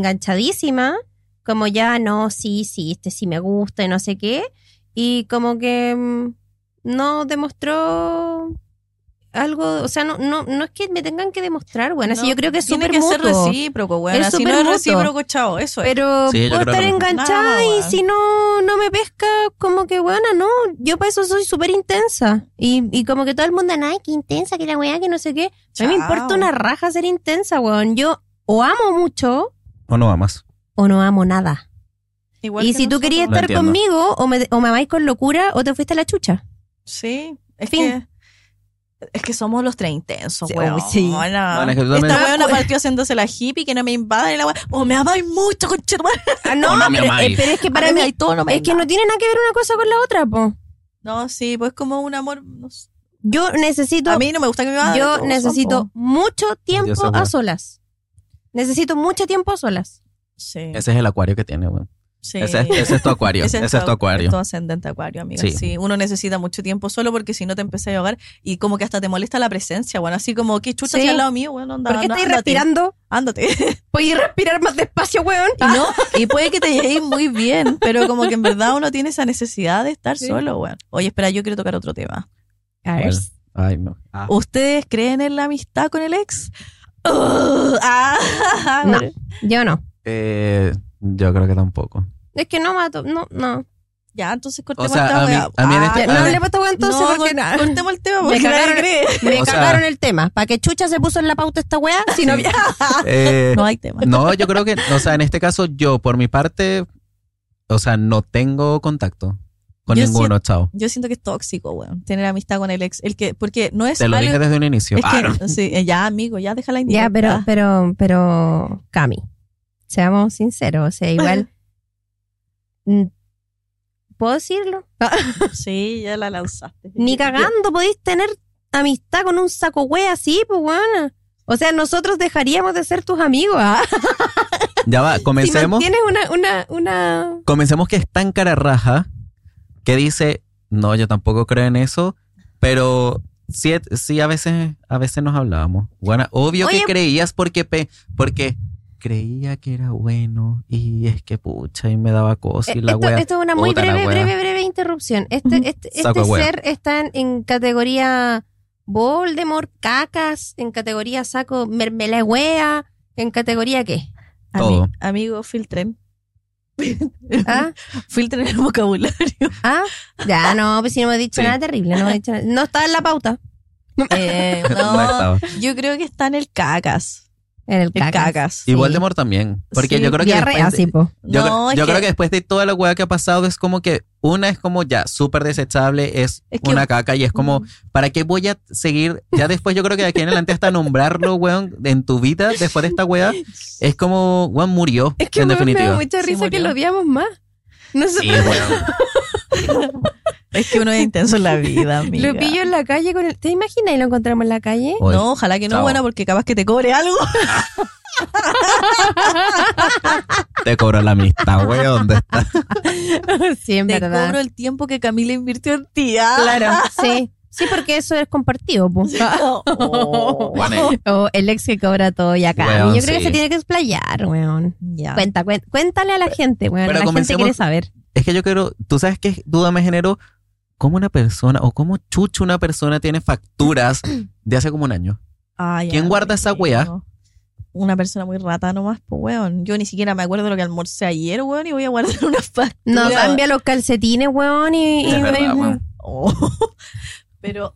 [SPEAKER 4] enganchadísima, como ya no, sí, sí, este sí me gusta y no sé qué. Y como que mm, no demostró algo, o sea, no, no, no es que me tengan que demostrar, bueno, así
[SPEAKER 2] No,
[SPEAKER 4] yo creo que es súper
[SPEAKER 2] Tiene que ser
[SPEAKER 4] mutuo.
[SPEAKER 2] recíproco, weón.
[SPEAKER 4] Es
[SPEAKER 2] Así
[SPEAKER 4] súper
[SPEAKER 2] no es
[SPEAKER 4] mutuo.
[SPEAKER 2] recíproco, chao. Eso es.
[SPEAKER 4] Pero
[SPEAKER 3] Sí, yo
[SPEAKER 4] puedo
[SPEAKER 3] creo
[SPEAKER 4] estar
[SPEAKER 3] que no.
[SPEAKER 4] enganchada
[SPEAKER 2] Nada,
[SPEAKER 4] y
[SPEAKER 2] weón.
[SPEAKER 4] si no, no me pesca, como que, bueno, no, yo para eso soy súper intensa. Y, y como que todo el mundo, ay, qué intensa, que la weá, que no sé qué. A mí me
[SPEAKER 2] Chao.
[SPEAKER 4] importa una raja ser intensa, weón. Yo o amo mucho
[SPEAKER 3] O no amas.
[SPEAKER 4] o no amo nada.
[SPEAKER 2] Igual
[SPEAKER 4] y
[SPEAKER 2] que
[SPEAKER 4] si tú
[SPEAKER 2] nosotros.
[SPEAKER 4] querías
[SPEAKER 3] Lo
[SPEAKER 4] estar
[SPEAKER 3] entiendo.
[SPEAKER 4] conmigo o me, o me amáis con locura o te fuiste a la chucha.
[SPEAKER 2] Sí, es
[SPEAKER 4] Fin.
[SPEAKER 2] que es que somos los tres intensos,
[SPEAKER 4] Sí,
[SPEAKER 2] weón.
[SPEAKER 4] uy, sí.
[SPEAKER 3] Bueno, es que tú también-
[SPEAKER 2] Esta weona partió haciéndose la hippie que no me invaden la weón. O me amáis mucho, conchetumare.
[SPEAKER 4] Ah, no,
[SPEAKER 3] O no me
[SPEAKER 4] pero,
[SPEAKER 3] amáis.
[SPEAKER 4] eh, pero es que para
[SPEAKER 2] Ahora me
[SPEAKER 4] mí
[SPEAKER 2] hay todo, no me
[SPEAKER 4] es que no
[SPEAKER 2] invaden.
[SPEAKER 4] tiene nada que ver una cosa con la otra, po.
[SPEAKER 2] No, sí, pues como un amor. no sé.
[SPEAKER 4] Yo necesito
[SPEAKER 2] A mí no me gusta que me invadan.
[SPEAKER 4] Yo
[SPEAKER 2] todo,
[SPEAKER 4] necesito
[SPEAKER 2] tampoco.
[SPEAKER 4] mucho
[SPEAKER 3] Dios,
[SPEAKER 4] tiempo
[SPEAKER 3] abuela.
[SPEAKER 4] a solas. Necesito mucho tiempo a solas.
[SPEAKER 2] Sí.
[SPEAKER 3] Ese es el acuario que tiene, weón.
[SPEAKER 2] sí.
[SPEAKER 3] Ese, ese es tu acuario. ese es tu acuario.
[SPEAKER 2] es tu ascendente acuario, amiga.
[SPEAKER 3] Sí.
[SPEAKER 2] Sí. Uno necesita mucho tiempo solo porque si no te empecé a ahogar y como que hasta te molesta la presencia, bueno, así como que chucha
[SPEAKER 4] Sí.
[SPEAKER 2] si al lado mío, bueno, anda,
[SPEAKER 4] ¿Por qué
[SPEAKER 2] anda,
[SPEAKER 4] estáis
[SPEAKER 2] ándate,
[SPEAKER 4] respirando?
[SPEAKER 2] ándate.
[SPEAKER 4] Podéis respirar más despacio, weón.
[SPEAKER 2] Y no, y puede que te llegue muy bien, pero como que en verdad uno tiene esa necesidad de estar
[SPEAKER 4] Sí.
[SPEAKER 3] Pues
[SPEAKER 2] solo, weón. Oye, espera, yo quiero tocar otro tema.
[SPEAKER 4] A ver.
[SPEAKER 3] Ay, no. Ah.
[SPEAKER 2] ¿Ustedes creen en la amistad con el ex? Ugh, ah,
[SPEAKER 4] No. Yo no.
[SPEAKER 3] Eh, yo creo que tampoco.
[SPEAKER 4] Es que no mato. No, no.
[SPEAKER 2] Ya, entonces
[SPEAKER 3] O
[SPEAKER 2] cortemos
[SPEAKER 3] sea,
[SPEAKER 2] esta
[SPEAKER 3] a mí,
[SPEAKER 2] wea.
[SPEAKER 3] a mí en
[SPEAKER 2] Ah,
[SPEAKER 3] este...
[SPEAKER 4] ya,
[SPEAKER 3] a
[SPEAKER 4] no
[SPEAKER 3] mí-
[SPEAKER 4] hablemos de esta wea entonces
[SPEAKER 2] no,
[SPEAKER 4] porque
[SPEAKER 2] cor-
[SPEAKER 4] nada.
[SPEAKER 2] cortemos el tema porque
[SPEAKER 4] Me
[SPEAKER 2] nadie
[SPEAKER 4] cagaron.
[SPEAKER 2] cree.
[SPEAKER 4] Me
[SPEAKER 3] O sea-
[SPEAKER 4] cagaron el tema. ¿Para qué chucha se puso en la pauta esta weá? Si no
[SPEAKER 3] Sí.
[SPEAKER 4] había-
[SPEAKER 3] eh,
[SPEAKER 2] No hay tema.
[SPEAKER 3] No, yo creo que, o sea, en este caso, yo por mi parte, o sea, no tengo contacto con
[SPEAKER 2] Yo
[SPEAKER 3] ninguno, chao.
[SPEAKER 2] Yo siento que es tóxico, weón, tener amistad con el ex. El que, porque no es
[SPEAKER 3] Te lo
[SPEAKER 2] algo-
[SPEAKER 3] dije desde un inicio.
[SPEAKER 2] Es
[SPEAKER 3] Ah,
[SPEAKER 2] que,
[SPEAKER 3] no.
[SPEAKER 2] sí, eh, ya, amigo, ya deja la
[SPEAKER 4] Ya, pero,
[SPEAKER 2] indirecta.
[SPEAKER 4] pero, pero, Cami, seamos sinceros, o sea, igual. Mm, ¿Puedo decirlo?
[SPEAKER 2] Sí, ya la lanzaste.
[SPEAKER 4] Ni
[SPEAKER 2] Yo-
[SPEAKER 4] cagando podéis tener amistad con un saco wea así, pues weona. O sea, nosotros dejaríamos de ser tus amigos. ¿ah?
[SPEAKER 3] Ya va,
[SPEAKER 4] Si
[SPEAKER 3] comencemos.
[SPEAKER 4] mantienes una, una, una.
[SPEAKER 3] Comencemos que es tan cara raja que dice, no, yo tampoco creo en eso, pero sí, sí a veces, a veces nos hablábamos. Bueno, obvio
[SPEAKER 4] Oye.
[SPEAKER 3] que creías porque, pe- porque creía que era bueno y es que pucha y me daba cosas y la
[SPEAKER 4] esto,
[SPEAKER 3] wea.
[SPEAKER 4] esto es una muy
[SPEAKER 3] Puta la
[SPEAKER 4] breve,
[SPEAKER 3] wea.
[SPEAKER 4] breve, breve interrupción. Este, este,
[SPEAKER 3] Saco
[SPEAKER 4] este
[SPEAKER 3] wea.
[SPEAKER 4] ser está en, en categoría Voldemort, cacas, en categoría saco mermelada wea, en categoría qué?
[SPEAKER 2] Ami-
[SPEAKER 3] Todo.
[SPEAKER 2] amigo, filtren.
[SPEAKER 4] ¿Ah?
[SPEAKER 2] Filtren el vocabulario.
[SPEAKER 4] Ah, ya no, pues si no me he dicho
[SPEAKER 3] Sí.
[SPEAKER 4] nada terrible, no me he dicho nada. No estaba en la pauta.
[SPEAKER 2] Eh,
[SPEAKER 3] No
[SPEAKER 2] no,
[SPEAKER 3] estaba.
[SPEAKER 2] yo creo que está en el cacas.
[SPEAKER 4] En el
[SPEAKER 2] El
[SPEAKER 4] caca.
[SPEAKER 2] cacas.
[SPEAKER 3] Y
[SPEAKER 4] Sí.
[SPEAKER 3] Voldemort también. Porque
[SPEAKER 2] Sí,
[SPEAKER 3] yo creo que
[SPEAKER 4] Diarrea,
[SPEAKER 3] después,
[SPEAKER 4] sí, po.
[SPEAKER 3] Yo,
[SPEAKER 2] No,
[SPEAKER 3] cre-
[SPEAKER 2] es
[SPEAKER 3] yo
[SPEAKER 2] que-
[SPEAKER 3] creo que después de toda la hueá que ha pasado es como que una es como ya súper desechable, es,
[SPEAKER 2] Es que-
[SPEAKER 3] una caca y es como, ¿para qué voy a seguir? Ya después yo creo que de aquí en adelante hasta nombrarlo, weón, en tu vida, después de esta hueá, es como, weón, murió,
[SPEAKER 4] Es que
[SPEAKER 3] en
[SPEAKER 4] weón, me da
[SPEAKER 3] definitiva.
[SPEAKER 4] mucha
[SPEAKER 2] Se
[SPEAKER 4] risa que
[SPEAKER 2] murió.
[SPEAKER 4] lo veamos más. No sé,
[SPEAKER 3] Sí, weón.
[SPEAKER 2] Es que uno es intenso en la vida, amiga.
[SPEAKER 4] lo pillo en la calle con el. ¿Te imaginas y lo encontramos en la calle?
[SPEAKER 3] Oye,
[SPEAKER 2] No, ojalá que no,
[SPEAKER 3] Chao.
[SPEAKER 2] bueno, porque capaz que te cobre algo.
[SPEAKER 3] Te cobró la amistad, weón. ¿dónde está?
[SPEAKER 4] sí, en
[SPEAKER 2] Te
[SPEAKER 4] verdad.
[SPEAKER 2] cobro el tiempo que Camila invirtió en ti. ah.
[SPEAKER 4] Claro, sí. Sí, porque eso es compartido, po.
[SPEAKER 2] Oh.
[SPEAKER 3] Juan, eh,
[SPEAKER 4] O el ex que cobra todo y acá.
[SPEAKER 3] Weón,
[SPEAKER 4] Yo creo que
[SPEAKER 3] sí. Ah.
[SPEAKER 4] se tiene que explayar, weón.
[SPEAKER 2] Ya.
[SPEAKER 4] Cuenta, cuen- cuéntale a la gente, weón.
[SPEAKER 3] pero
[SPEAKER 4] la gente
[SPEAKER 3] comencemos-
[SPEAKER 4] quiere saber.
[SPEAKER 3] Es que yo creo, tú sabes qué duda me generó, ¿cómo una persona o cómo chucho una persona tiene facturas de hace como un año?
[SPEAKER 2] Ah, ya,
[SPEAKER 3] ¿Quién
[SPEAKER 2] no
[SPEAKER 3] guarda esa weá?
[SPEAKER 2] creo. Una persona muy rata nomás, pues, weón. Yo ni siquiera me acuerdo lo que almorcé ayer, weón, y voy a guardar una factura.
[SPEAKER 4] No, cambia los calcetines, weón. Y, y-
[SPEAKER 3] Es verdad, weón.
[SPEAKER 2] Oh. Pero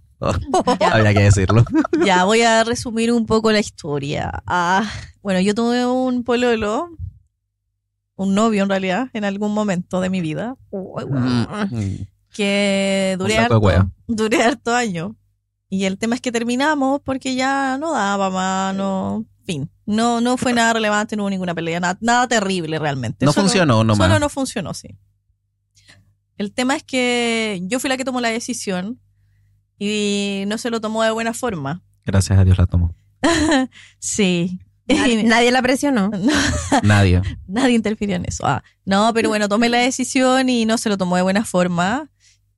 [SPEAKER 3] Habría que decirlo.
[SPEAKER 2] ya voy a resumir un poco la historia. Ah, bueno, yo tuve un pololo, un novio en realidad, en algún momento de mi vida,
[SPEAKER 4] Uy, weón.
[SPEAKER 3] Mm.
[SPEAKER 2] que duré
[SPEAKER 3] Un saco de
[SPEAKER 2] harto,
[SPEAKER 3] wea.
[SPEAKER 2] duré harto año. Y el tema es que terminamos porque ya no daba más, no, fin. No, no fue nada relevante, no hubo ninguna pelea, nada, nada terrible realmente.
[SPEAKER 3] No
[SPEAKER 2] Solo-
[SPEAKER 3] funcionó nomás.
[SPEAKER 2] Solo no funcionó, sí. El tema es que yo fui la que tomó la decisión y no se lo tomó de buena forma.
[SPEAKER 3] Gracias a Dios la tomó.
[SPEAKER 2] Sí.
[SPEAKER 4] Nadie, nadie la presionó.
[SPEAKER 3] Nadie.
[SPEAKER 2] Nadie interfirió en eso. Ah, no, pero bueno, tomé la decisión y no se lo tomó de buena forma.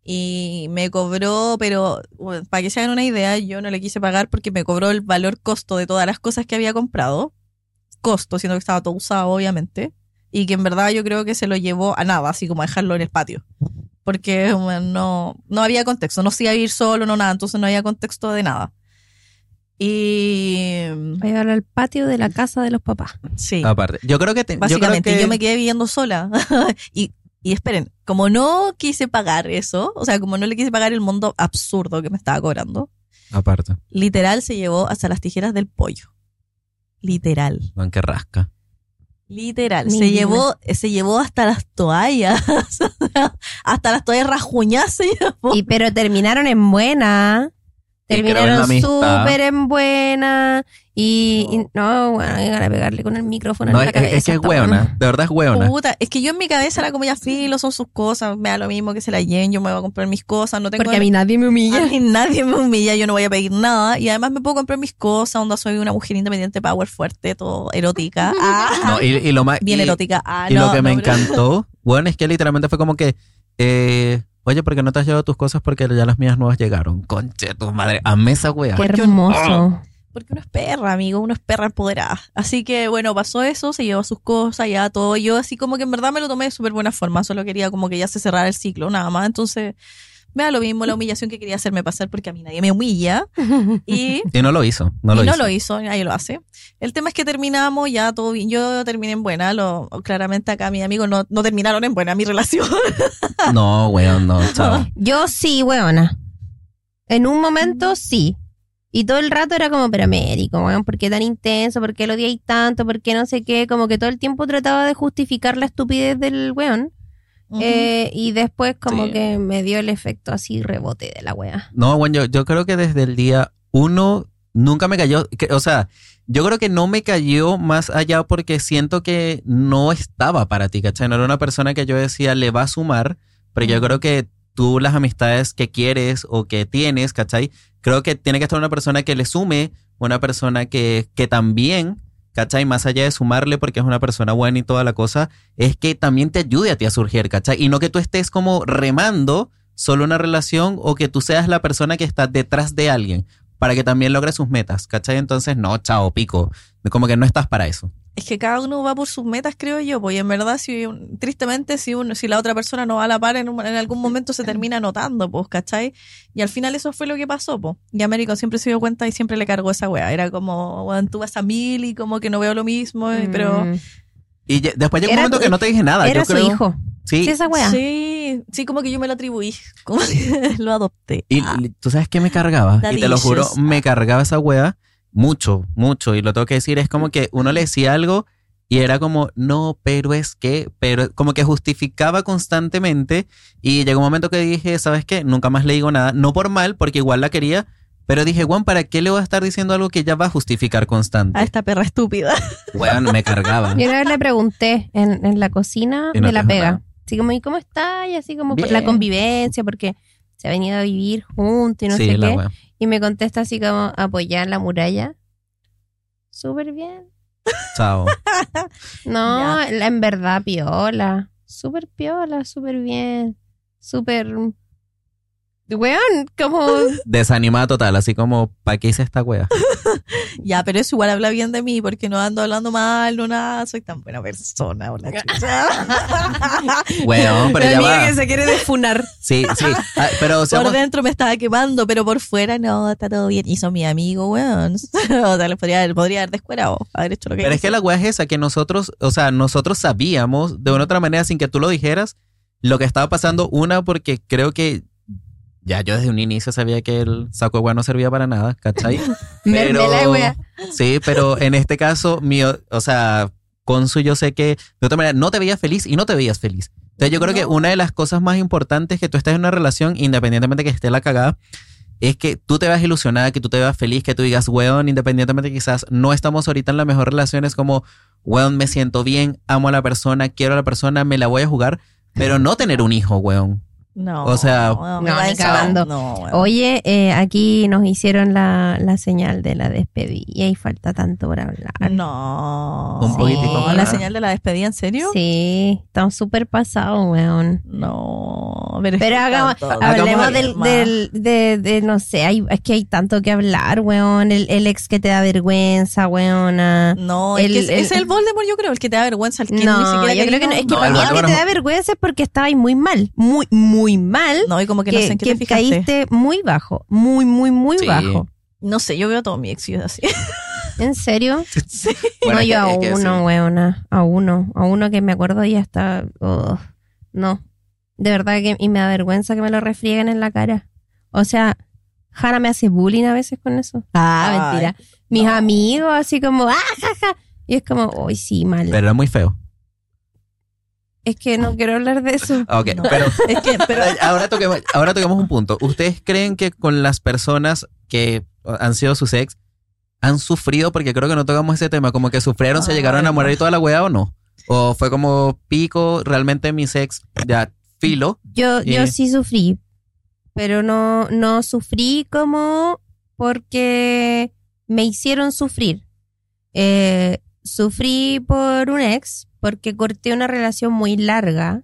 [SPEAKER 2] Y me cobró, pero bueno, para que se hagan una idea, yo no le quise pagar porque me cobró el valor costo de todas las cosas que había comprado. Costo, siendo que estaba todo usado, obviamente. Y que en verdad yo creo que se lo llevó a nada, así como a dejarlo en el patio. Porque bueno, no, no había contexto, no se iba a ir solo, no nada, entonces no había contexto de nada. Y
[SPEAKER 4] Voy a llevarlo al patio de la casa de los papás.
[SPEAKER 2] sí.
[SPEAKER 3] Aparte. Yo creo que te- yo creo
[SPEAKER 2] Básicamente, yo,
[SPEAKER 3] que
[SPEAKER 2] me quedé viviendo sola. y, y esperen, como no quise pagar eso, o sea, como no le quise pagar el mundo absurdo que me estaba cobrando,
[SPEAKER 3] aparte,
[SPEAKER 2] literal se llevó hasta las tijeras del pollo. Literal,
[SPEAKER 3] van que rasca.
[SPEAKER 2] literal.
[SPEAKER 4] Mi
[SPEAKER 2] Se
[SPEAKER 4] vida.
[SPEAKER 2] llevó, se llevó hasta las toallas. hasta las toallas rajuñadas se llevó.
[SPEAKER 4] Y pero terminaron en buena.
[SPEAKER 3] Y creo
[SPEAKER 4] Terminaron
[SPEAKER 3] en la amistad. Oh.
[SPEAKER 4] súper en buena. Y, y- no, bueno, hay ganas de pegarle con el micrófono
[SPEAKER 3] No,
[SPEAKER 4] en la
[SPEAKER 3] es, es- es
[SPEAKER 4] cabeza.
[SPEAKER 3] que es
[SPEAKER 4] esta
[SPEAKER 3] hueona,
[SPEAKER 4] weona.
[SPEAKER 3] de verdad es hueona.
[SPEAKER 2] Puta, es que yo en mi cabeza la comida filo, son sus cosas, me da lo mismo que se la lleven, yo me voy a comprar mis cosas, no tengo
[SPEAKER 4] Porque a mí nadie me
[SPEAKER 2] A
[SPEAKER 3] Ah.
[SPEAKER 4] humilla.
[SPEAKER 2] mí nadie me humilla, yo no voy a pedir nada. Y además me puedo comprar mis cosas, onda soy una mujer independiente, power fuerte, todo erótica. Ah,
[SPEAKER 3] No, y, y lo más
[SPEAKER 2] bien
[SPEAKER 3] y,
[SPEAKER 2] erótica. Ah,
[SPEAKER 3] y
[SPEAKER 2] no,
[SPEAKER 3] lo que me
[SPEAKER 2] no, pero-
[SPEAKER 3] encantó, bueno, es que literalmente fue como que eh, oye, ¿por qué no te has llevado tus cosas? Porque ya las mías nuevas llegaron. Conche tu madre, amé esa wea.
[SPEAKER 4] Qué hermoso.
[SPEAKER 2] Porque uno es perra, amigo, uno es perra empoderada. Así que bueno, pasó eso, se llevó sus cosas, ya todo. Yo así como que en verdad me lo tomé de súper buena forma, solo quería como que ya se cerrara el ciclo, nada más. Entonces Me da lo mismo la humillación que quería hacerme pasar porque a mí nadie me humilla. Y
[SPEAKER 3] Y no lo hizo. No lo
[SPEAKER 2] y no
[SPEAKER 3] hizo.
[SPEAKER 2] lo hizo, nadie lo hace. El tema es que terminamos ya todo bien. Yo terminé en buena, lo, claramente acá mis amigos no, no terminaron en buena mi relación.
[SPEAKER 3] No, weón, no. Chao.
[SPEAKER 4] Yo sí, weona. En un momento sí. Y todo el rato era como, pero médico, weón, ¿por qué tan intenso? ¿Por qué lo odiáis tanto? ¿Por qué no sé qué? Como que todo el tiempo trataba de justificar la estupidez del weón. Eh, y después como
[SPEAKER 3] Sí.
[SPEAKER 4] que me dio el efecto así rebote de la wea.
[SPEAKER 3] No, bueno, yo, yo creo que desde el día uno nunca me cayó, que- o sea, yo creo que no me cayó más allá porque siento que no estaba para ti, ¿cachai? No era una persona que yo decía le va a sumar, pero yo creo que tú las amistades que quieres o que tienes, ¿cachai? Creo que tiene que estar una persona que le sume, una persona que, que también, ¿cachai? Más allá de sumarle porque es una persona buena y toda la cosa, es que también te ayude a ti a surgir, ¿cachai? Y no que tú estés como remando solo una relación o que tú seas la persona que está detrás de alguien para que también logre sus metas, ¿cachai? Entonces, no, chao, pico. Como que no estás para eso.
[SPEAKER 2] Es que cada uno va por sus metas, creo yo, pues y en verdad, si un- tristemente, si uno, si la otra persona no va a la par, en, un- en algún momento se termina notando, pues, ¿cachai? Y al final eso fue lo que pasó, pues. Y Américo siempre se dio cuenta y siempre le cargó esa wea. Era como, weón, tú vas a mil y como que no veo lo mismo, y- pero...
[SPEAKER 4] Mm.
[SPEAKER 3] Y ye- después llegó un
[SPEAKER 4] Era
[SPEAKER 3] momento
[SPEAKER 4] tu-
[SPEAKER 3] que no te dije nada.
[SPEAKER 4] Era
[SPEAKER 3] Ah, yo
[SPEAKER 4] su
[SPEAKER 3] creo,
[SPEAKER 4] hijo.
[SPEAKER 3] Sí.
[SPEAKER 4] Sí, esa wea.
[SPEAKER 2] Sí, sí, como que yo me lo atribuí, como que lo adopté.
[SPEAKER 3] Y
[SPEAKER 2] Ah.
[SPEAKER 3] y tú sabes que me cargaba.
[SPEAKER 2] Daddy
[SPEAKER 3] Y te lo juro,
[SPEAKER 2] issues.
[SPEAKER 3] me cargaba esa wea mucho, mucho. Y lo tengo que decir, es como que uno le decía algo y era como, no, pero es que, pero como que justificaba constantemente. Y llegó un momento que dije, ¿sabes qué? Nunca más le digo nada. No por mal, porque igual la quería. Pero dije, Juan, ¿para qué le voy a estar diciendo algo que ya va a justificar
[SPEAKER 2] a
[SPEAKER 3] constante?
[SPEAKER 2] esta perra estúpida.
[SPEAKER 3] Weón, me cargaba.
[SPEAKER 4] Yo una vez le pregunté en, en la cocina
[SPEAKER 3] Y no
[SPEAKER 4] de la
[SPEAKER 3] te dijo
[SPEAKER 4] pega.
[SPEAKER 3] nada.
[SPEAKER 4] Así como, ¿y cómo está? Y así como por
[SPEAKER 3] Bien.
[SPEAKER 4] la convivencia, porque se ha venido a vivir juntos y no
[SPEAKER 3] sí,
[SPEAKER 4] sé
[SPEAKER 3] la
[SPEAKER 4] qué.
[SPEAKER 3] wea.
[SPEAKER 4] Y me contesta así como, apoyar la muralla. Súper bien.
[SPEAKER 3] Chao.
[SPEAKER 4] No, la- en verdad, piola. Súper piola, súper bien. Súper... Weón, como...
[SPEAKER 3] Desanimada total, así como, ¿para qué hice esta wea?
[SPEAKER 2] Ya, pero eso igual habla bien de mí, porque no ando hablando mal, no nada, soy tan buena persona, hola chucha.
[SPEAKER 3] Weón, pero
[SPEAKER 4] la
[SPEAKER 3] ya
[SPEAKER 4] amiga
[SPEAKER 3] va.
[SPEAKER 4] que se quiere defunar.
[SPEAKER 3] Sí, sí. Ah, pero
[SPEAKER 2] Por
[SPEAKER 3] seamos-
[SPEAKER 2] dentro me estaba quemando, pero por fuera no, está todo bien. Y son mi amigo, weón. o sea, les podría, haber- podría haber descuerado, haber hecho lo que
[SPEAKER 3] Pero es que la weá es esa, que nosotros, o sea, nosotros sabíamos de una u otra manera, sin que tú lo dijeras, lo que estaba pasando. Una, porque creo que ya yo desde un inicio sabía que el saco de weá no servía para nada, ¿cachai?
[SPEAKER 4] Mermela de wea.
[SPEAKER 3] Sí, pero en este caso, mi, o o sea, Consu, yo sé que de otra manera no te veías feliz y no te veías feliz. Entonces, yo creo que
[SPEAKER 2] No.
[SPEAKER 3] una de las cosas más importantes es que tú estés en una relación, independientemente que esté la cagada, es que tú te veas ilusionada, que tú te veas feliz, que tú digas, weón, independientemente quizás no estamos ahorita en la mejor relación, es como, weón, me siento bien, amo a la persona, quiero a la persona, me la voy a jugar, pero no tener un hijo, weón.
[SPEAKER 2] No,
[SPEAKER 3] o sea,
[SPEAKER 2] weón, me
[SPEAKER 4] No,
[SPEAKER 2] va
[SPEAKER 4] ni
[SPEAKER 2] a ensar-
[SPEAKER 4] cagando.
[SPEAKER 2] No, weón.
[SPEAKER 4] Oye, eh, aquí nos hicieron la, la señal de la despedida y falta tanto por hablar.
[SPEAKER 2] No.
[SPEAKER 3] Un poquitico
[SPEAKER 2] ¿La
[SPEAKER 3] más.
[SPEAKER 2] señal de la despedida, en serio?
[SPEAKER 4] Sí, estamos súper pasados, weón.
[SPEAKER 2] No.
[SPEAKER 4] Pero hagamos, hablemos del, del- de, de- no sé, hay, es que hay tanto que hablar, weón. El, el ex que te da vergüenza, weona.
[SPEAKER 2] No,
[SPEAKER 4] El-
[SPEAKER 2] es, que
[SPEAKER 4] el-
[SPEAKER 2] es- es el Voldemort, yo creo, el que te da vergüenza, el que ni
[SPEAKER 4] No,
[SPEAKER 2] siquiera
[SPEAKER 4] yo creo que no, es que
[SPEAKER 3] No,
[SPEAKER 4] para
[SPEAKER 3] el
[SPEAKER 4] mí el que
[SPEAKER 3] Bárbaro
[SPEAKER 4] te
[SPEAKER 3] es-
[SPEAKER 4] da vergüenza es porque estabais muy mal, muy, muy mal.
[SPEAKER 2] No, y como que,
[SPEAKER 4] que
[SPEAKER 2] no sé en qué
[SPEAKER 4] que
[SPEAKER 2] te fijaste.
[SPEAKER 4] caíste muy bajo, muy, muy, muy
[SPEAKER 3] Sí.
[SPEAKER 4] bajo.
[SPEAKER 2] No sé, yo veo a todo mi ex y es así.
[SPEAKER 4] ¿En serio?
[SPEAKER 3] Bueno,
[SPEAKER 4] no,
[SPEAKER 3] es que-
[SPEAKER 4] yo a
[SPEAKER 3] es que sí.
[SPEAKER 4] uno, weona. A uno. A uno que me acuerdo y hasta. ugh, no. De verdad que. Y me da vergüenza que me lo refrieguen en la cara. O sea, Hanna me hace bullying a veces con eso. Ah,
[SPEAKER 2] Ay,
[SPEAKER 4] mentira. Mis
[SPEAKER 2] no.
[SPEAKER 4] amigos, así como. ¡Ah, jaja! Y es como, uy, sí, mal.
[SPEAKER 3] Pero era muy feo.
[SPEAKER 4] es que no quiero hablar de eso.
[SPEAKER 3] Ok,
[SPEAKER 2] No.
[SPEAKER 3] pero
[SPEAKER 2] Es que, pero,
[SPEAKER 3] Pero ahora toquemos, ahora toquemos un punto. ¿Ustedes creen que con las personas que han sido sus ex han sufrido? Porque creo que no tocamos ese tema. Como que sufrieron, se
[SPEAKER 2] Ay,
[SPEAKER 3] llegaron a
[SPEAKER 2] no.
[SPEAKER 3] enamorar y toda la weá o no. O fue como pico, realmente mis ex ya filo.
[SPEAKER 4] Yo, yo
[SPEAKER 3] Eh.
[SPEAKER 4] sí sufrí, pero no, no sufrí como porque me hicieron sufrir. Eh, sufrí por un ex, porque corté una relación muy larga,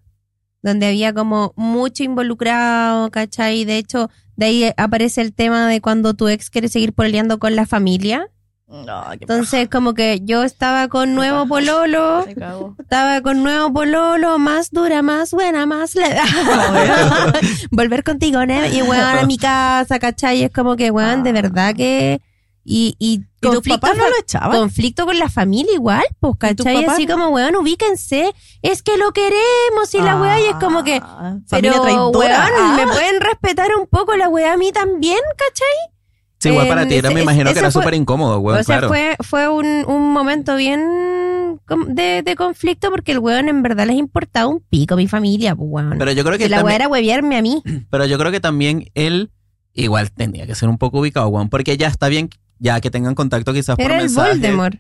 [SPEAKER 4] donde había como mucho involucrado, ¿cachai? De hecho, de ahí aparece el tema de cuando tu ex quiere seguir peleando con la familia.
[SPEAKER 2] No, qué
[SPEAKER 4] Entonces, como que yo estaba con nuevo pololo,
[SPEAKER 2] paja. Me cago.
[SPEAKER 4] estaba con nuevo pololo, más dura, más buena, más le Volver contigo, ¿no? Y weón a mi casa, ¿cachai? Es como que, weón, de verdad que. Y, y,
[SPEAKER 2] ¿Y tus
[SPEAKER 4] conflicto
[SPEAKER 2] papás Ah. no
[SPEAKER 4] fa-
[SPEAKER 2] lo echaban?
[SPEAKER 4] conflicto con la familia igual, pues, ¿cachai?
[SPEAKER 2] papás
[SPEAKER 4] Así
[SPEAKER 2] no?
[SPEAKER 4] como, weón, ubíquense, es que lo queremos y la weá, y es como que,
[SPEAKER 2] Ah,
[SPEAKER 4] pero,
[SPEAKER 2] Familia traidora.
[SPEAKER 4] weón, ¿me
[SPEAKER 2] Ah.
[SPEAKER 4] pueden respetar un poco la weá a mí también, cachai?
[SPEAKER 3] Sí, igual para ti, era,
[SPEAKER 4] Ese-
[SPEAKER 3] me imagino
[SPEAKER 4] ese
[SPEAKER 3] que era
[SPEAKER 4] fue-
[SPEAKER 3] súper incómodo, weón,
[SPEAKER 4] o sea,
[SPEAKER 3] claro.
[SPEAKER 4] fue, fue un, un momento bien com- de, de conflicto porque el weón en verdad les importaba un pico a mi familia, pues, weón.
[SPEAKER 3] Pero yo creo que
[SPEAKER 4] Si la weá
[SPEAKER 3] también-
[SPEAKER 4] era huevearme a mí.
[SPEAKER 3] Pero yo creo que también él igual tenía que ser un poco ubicado, weón, porque ya está bien, ya que tengan contacto quizás por
[SPEAKER 4] Era el
[SPEAKER 3] mensaje.
[SPEAKER 4] Voldemort,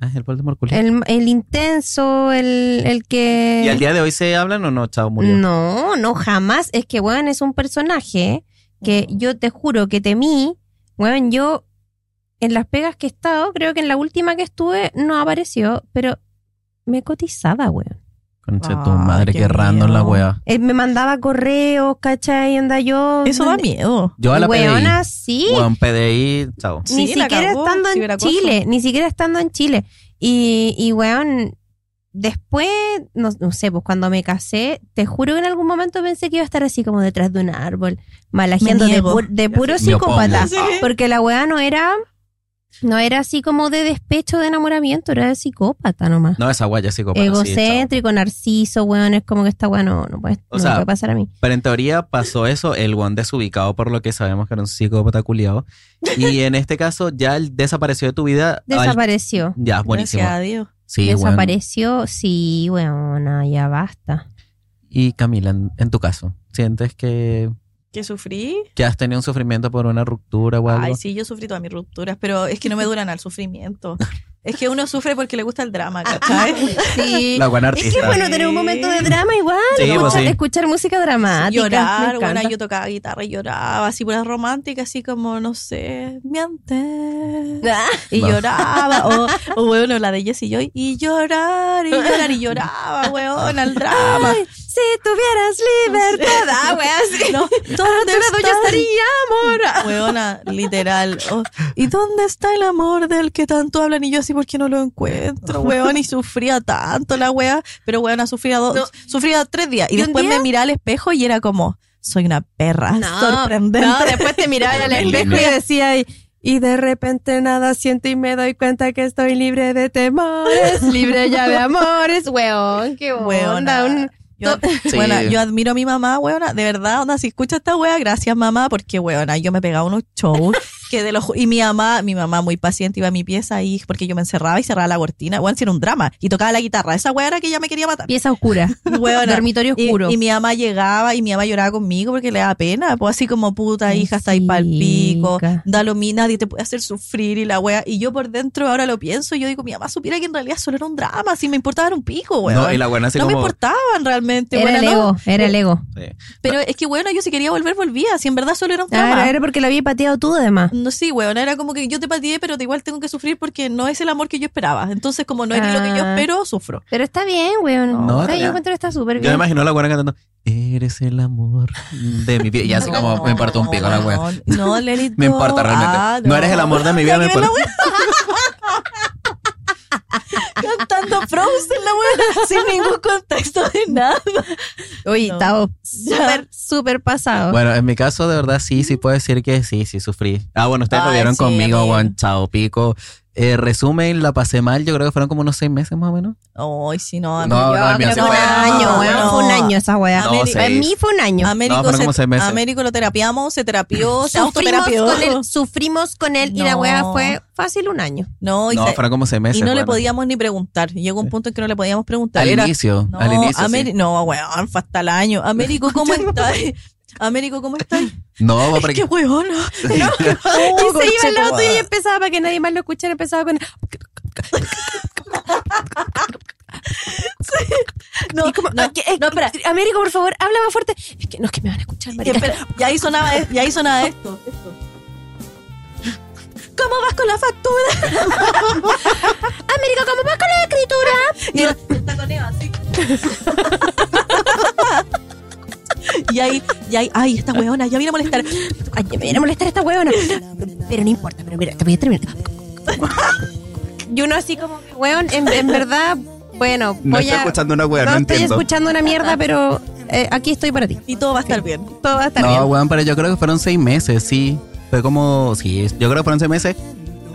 [SPEAKER 3] Ah, es el Voldemort culiao.
[SPEAKER 4] el, el intenso, el, el que...
[SPEAKER 3] ¿Y al día de hoy se hablan o no? Chao, murió.
[SPEAKER 4] No, no, jamás. Es que, weón, es un personaje que yo te juro que temí. Weón, yo en las pegas que he estado, creo que en la última que estuve no apareció, pero me cotizaba, weón.
[SPEAKER 3] Concha de tu
[SPEAKER 2] Ay,
[SPEAKER 3] madre,
[SPEAKER 2] qué
[SPEAKER 3] qué random la
[SPEAKER 2] miedo.
[SPEAKER 3] wea.
[SPEAKER 4] Él me mandaba correos, ¿cachai? Anda yo.
[SPEAKER 2] Eso da miedo.
[SPEAKER 3] Yo a la
[SPEAKER 4] Weona,
[SPEAKER 3] PDI.
[SPEAKER 4] sí.
[SPEAKER 3] Weón, PDI, chao.
[SPEAKER 2] Sí,
[SPEAKER 4] ni
[SPEAKER 2] la
[SPEAKER 4] siquiera
[SPEAKER 2] cagó,
[SPEAKER 4] estando en
[SPEAKER 2] ciberacoso.
[SPEAKER 4] Chile, ni siquiera estando en Chile. Y, y weón, después, no, no sé, pues cuando me casé, te juro que en algún momento pensé que iba a estar así como detrás de un árbol, malajeando de,
[SPEAKER 2] niego.
[SPEAKER 4] pu- de puro
[SPEAKER 3] sé. Me opongo.
[SPEAKER 4] psicópata.
[SPEAKER 2] Sí.
[SPEAKER 4] Porque la weá no era, no era así como de despecho, de enamoramiento, era de psicópata nomás.
[SPEAKER 3] No, esa wea ya es psicópata. sí, chao.
[SPEAKER 4] Egocéntrico, narciso, weón, es como que esta weá no, no, puede,
[SPEAKER 3] O
[SPEAKER 4] no
[SPEAKER 3] sea,
[SPEAKER 4] me puede pasar a mí.
[SPEAKER 3] Pero en teoría pasó eso, el Juan desubicado, por lo que sabemos que era un psicópata culiado. Y en este caso, ya él desapareció de tu vida. al-
[SPEAKER 4] Desapareció.
[SPEAKER 3] Ya, buenísimo.
[SPEAKER 2] Gracias a Dios.
[SPEAKER 3] Sí, weón.
[SPEAKER 4] Desapareció, sí, weón, ya basta.
[SPEAKER 3] Y Camila, en, en tu caso, ¿sientes que,
[SPEAKER 2] Que sufrí.
[SPEAKER 3] que has tenido un sufrimiento por una ruptura o algo?
[SPEAKER 2] Ay, sí, yo sufrí todas mis rupturas, pero es que no me duran al sufrimiento. Es que uno sufre porque le gusta el drama, ¿cachai?
[SPEAKER 4] Sí.
[SPEAKER 3] La buena
[SPEAKER 4] Es que
[SPEAKER 3] artista.
[SPEAKER 4] bueno tener un momento de drama igual,
[SPEAKER 3] Sí,
[SPEAKER 4] escuchar,
[SPEAKER 3] pues sí.
[SPEAKER 4] escuchar música dramática.
[SPEAKER 2] Llorar,
[SPEAKER 4] me
[SPEAKER 2] bueno,
[SPEAKER 4] encanta.
[SPEAKER 2] yo tocaba guitarra y lloraba, así puras románticas, así como, no sé, miente.
[SPEAKER 4] Ah,
[SPEAKER 2] Y
[SPEAKER 3] No.
[SPEAKER 2] lloraba, o, o bueno, la de Jessie Joy, y llorar, y llorar, y lloraba, weón, al drama.
[SPEAKER 4] si tuvieras libertad, ah, wea, sí.
[SPEAKER 2] No,
[SPEAKER 4] De
[SPEAKER 2] ¿dónde
[SPEAKER 4] verdad yo
[SPEAKER 2] está
[SPEAKER 4] estaría amor.
[SPEAKER 2] Weona, literal. Oh, ¿Y dónde está el amor del que tanto hablan? Y yo así, ¿por qué no lo encuentro, weón? Y sufría tanto la wea, pero weona, sufría dos,
[SPEAKER 4] No.
[SPEAKER 2] sufría tres días. Y,
[SPEAKER 4] ¿Y un
[SPEAKER 2] después
[SPEAKER 4] día?
[SPEAKER 2] me miraba al espejo y era como, soy una perra Ah, sorprendente.
[SPEAKER 4] No, después te miraba al espejo y decía y, y de repente nada siento y me doy cuenta que estoy libre de temores, libre ya de amores, weón, qué
[SPEAKER 2] Weona.
[SPEAKER 4] onda. un-
[SPEAKER 2] Yo,
[SPEAKER 3] Sí.
[SPEAKER 2] weona, yo admiro a mi mamá, weona. De verdad, onda, si escucha esta wea, gracias mamá, porque weona, yo me pegaba unos shows que de los y mi mamá, mi mamá muy paciente iba a mi pieza y porque yo me encerraba y cerraba la cortina, weón, si era un drama, y tocaba la guitarra. Esa wea era que ya me quería matar.
[SPEAKER 4] pieza oscura,
[SPEAKER 2] Weona.
[SPEAKER 4] dormitorio
[SPEAKER 2] Y,
[SPEAKER 4] oscuro.
[SPEAKER 2] y mi mamá llegaba y mi mamá lloraba conmigo porque le daba pena. Pues así como puta,
[SPEAKER 4] Ay,
[SPEAKER 2] hija, está ahí pa'l pico.
[SPEAKER 4] chica.
[SPEAKER 2] Da lo mi, nadie te puede hacer sufrir y la wea. Y yo por dentro ahora lo pienso y yo digo, mi mamá supiera que en realidad solo era un drama. Si me importaba era un pico, weón.
[SPEAKER 3] No, y la buena así
[SPEAKER 2] No me
[SPEAKER 3] como.
[SPEAKER 2] importaban realmente,
[SPEAKER 4] era
[SPEAKER 2] weona,
[SPEAKER 4] el
[SPEAKER 2] no.
[SPEAKER 4] ego, era el ego.
[SPEAKER 2] Pero es que, bueno, yo si quería volver, volvía. Si en verdad solo era un
[SPEAKER 4] Ah,
[SPEAKER 2] drama.
[SPEAKER 4] era, era porque lo había pateado tú además.
[SPEAKER 2] No, sí, weón, era como que yo te pateé, pero de igual tengo que sufrir porque no es el amor que yo esperaba. Entonces, como no era lo que yo
[SPEAKER 4] Ah.
[SPEAKER 2] espero, sufro.
[SPEAKER 4] Pero está bien, weón.
[SPEAKER 3] No,
[SPEAKER 4] No,
[SPEAKER 3] está
[SPEAKER 4] yo
[SPEAKER 3] bien.
[SPEAKER 4] encuentro que está súper
[SPEAKER 3] Yo me
[SPEAKER 4] bien.
[SPEAKER 3] imagino a la buena cantando. Eres el amor de mi vida. Y así como me importa un pico la wea.
[SPEAKER 2] No, no, Leli,
[SPEAKER 3] Me
[SPEAKER 2] no.
[SPEAKER 3] importa realmente.
[SPEAKER 2] Ah,
[SPEAKER 3] no. eres el amor de mi vida,
[SPEAKER 2] Ya
[SPEAKER 3] me
[SPEAKER 2] que ven
[SPEAKER 3] importa.
[SPEAKER 2] la cantando Frozen la weá sin ningún contexto de nada.
[SPEAKER 4] Oye,
[SPEAKER 2] No.
[SPEAKER 4] estaba súper, súper pasado.
[SPEAKER 3] Bueno, en mi caso, de verdad, sí, sí puedo decir que sí, sí sufrí. Ah, bueno, ustedes lo
[SPEAKER 2] Ay,
[SPEAKER 3] vieron
[SPEAKER 2] sí,
[SPEAKER 3] conmigo,
[SPEAKER 2] amigo.
[SPEAKER 3] Juan, chao, pico. Eh, resumen, la pasé mal, yo creo que fueron como unos seis meses más o menos.
[SPEAKER 2] Ay, sí, no,
[SPEAKER 3] No,
[SPEAKER 2] amigo.
[SPEAKER 3] no, el mío
[SPEAKER 4] pero
[SPEAKER 3] sí
[SPEAKER 4] fue un
[SPEAKER 3] fue-
[SPEAKER 4] año,
[SPEAKER 3] no,
[SPEAKER 4] weón.
[SPEAKER 2] no.
[SPEAKER 4] Fue un año esa weá.
[SPEAKER 3] No,
[SPEAKER 4] Ameri-
[SPEAKER 3] sí.
[SPEAKER 4] A mí fue un año.
[SPEAKER 3] No,
[SPEAKER 2] Américo,
[SPEAKER 3] fueron como
[SPEAKER 2] se,
[SPEAKER 3] seis meses.
[SPEAKER 2] Américo lo terapiamos, se terapió, se
[SPEAKER 4] Sufrimos
[SPEAKER 2] autoterapió.
[SPEAKER 4] con él, sufrimos con él y la
[SPEAKER 2] No.
[SPEAKER 4] weá fue fácil un año.
[SPEAKER 2] No, y,
[SPEAKER 3] No,
[SPEAKER 2] se-
[SPEAKER 3] fueron como seis meses.
[SPEAKER 2] y no le
[SPEAKER 3] bueno.
[SPEAKER 2] podíamos ni preguntar. Llegó un punto en que no le podíamos preguntar.
[SPEAKER 3] Al
[SPEAKER 2] Era-
[SPEAKER 3] inicio,
[SPEAKER 2] no,
[SPEAKER 3] al inicio. sí.
[SPEAKER 2] Ameri- no, weón, fue hasta el año. Américo, ¿cómo estás? Américo, ¿cómo estás?
[SPEAKER 3] No,
[SPEAKER 2] Es
[SPEAKER 3] porque. Oh,
[SPEAKER 2] que weón. no.
[SPEAKER 4] Y se iba al lado
[SPEAKER 2] conchetumare.
[SPEAKER 4] tuyo y empezaba para que nadie más lo escuchara, empezaba con...
[SPEAKER 2] No,
[SPEAKER 4] y como,
[SPEAKER 2] no,
[SPEAKER 4] "Ah, que- eh,
[SPEAKER 2] no, espera.
[SPEAKER 4] Américo, por favor, habla más fuerte. Es que no, es que me van a escuchar,
[SPEAKER 2] Y
[SPEAKER 4] marica.
[SPEAKER 2] espera, y ahí sonaba, e- y ahí sonaba esto, esto. ¿Cómo vas con la factura?
[SPEAKER 4] Américo, ¿cómo vas con la escritura?
[SPEAKER 2] Y, el- el taconeo así. y ahí, y ahí, ay, esta weona, ya viene a molestar.
[SPEAKER 4] Ay, me viene a molestar esta huevona. Pero no importa, pero mira, te voy a terminar. Y uno así como, weón, en, en verdad, bueno, voy
[SPEAKER 5] No estoy
[SPEAKER 4] a-
[SPEAKER 5] escuchando una weá,
[SPEAKER 4] no
[SPEAKER 5] no,
[SPEAKER 4] estoy
[SPEAKER 5] entiendo.
[SPEAKER 4] escuchando una mierda, pero eh, aquí estoy para ti.
[SPEAKER 2] Y todo va a estar bien.
[SPEAKER 4] Todo va a estar
[SPEAKER 3] No,
[SPEAKER 4] bien.
[SPEAKER 3] weón, pero yo creo que fueron seis meses, sí. Fue como, sí, yo creo que fueron seis meses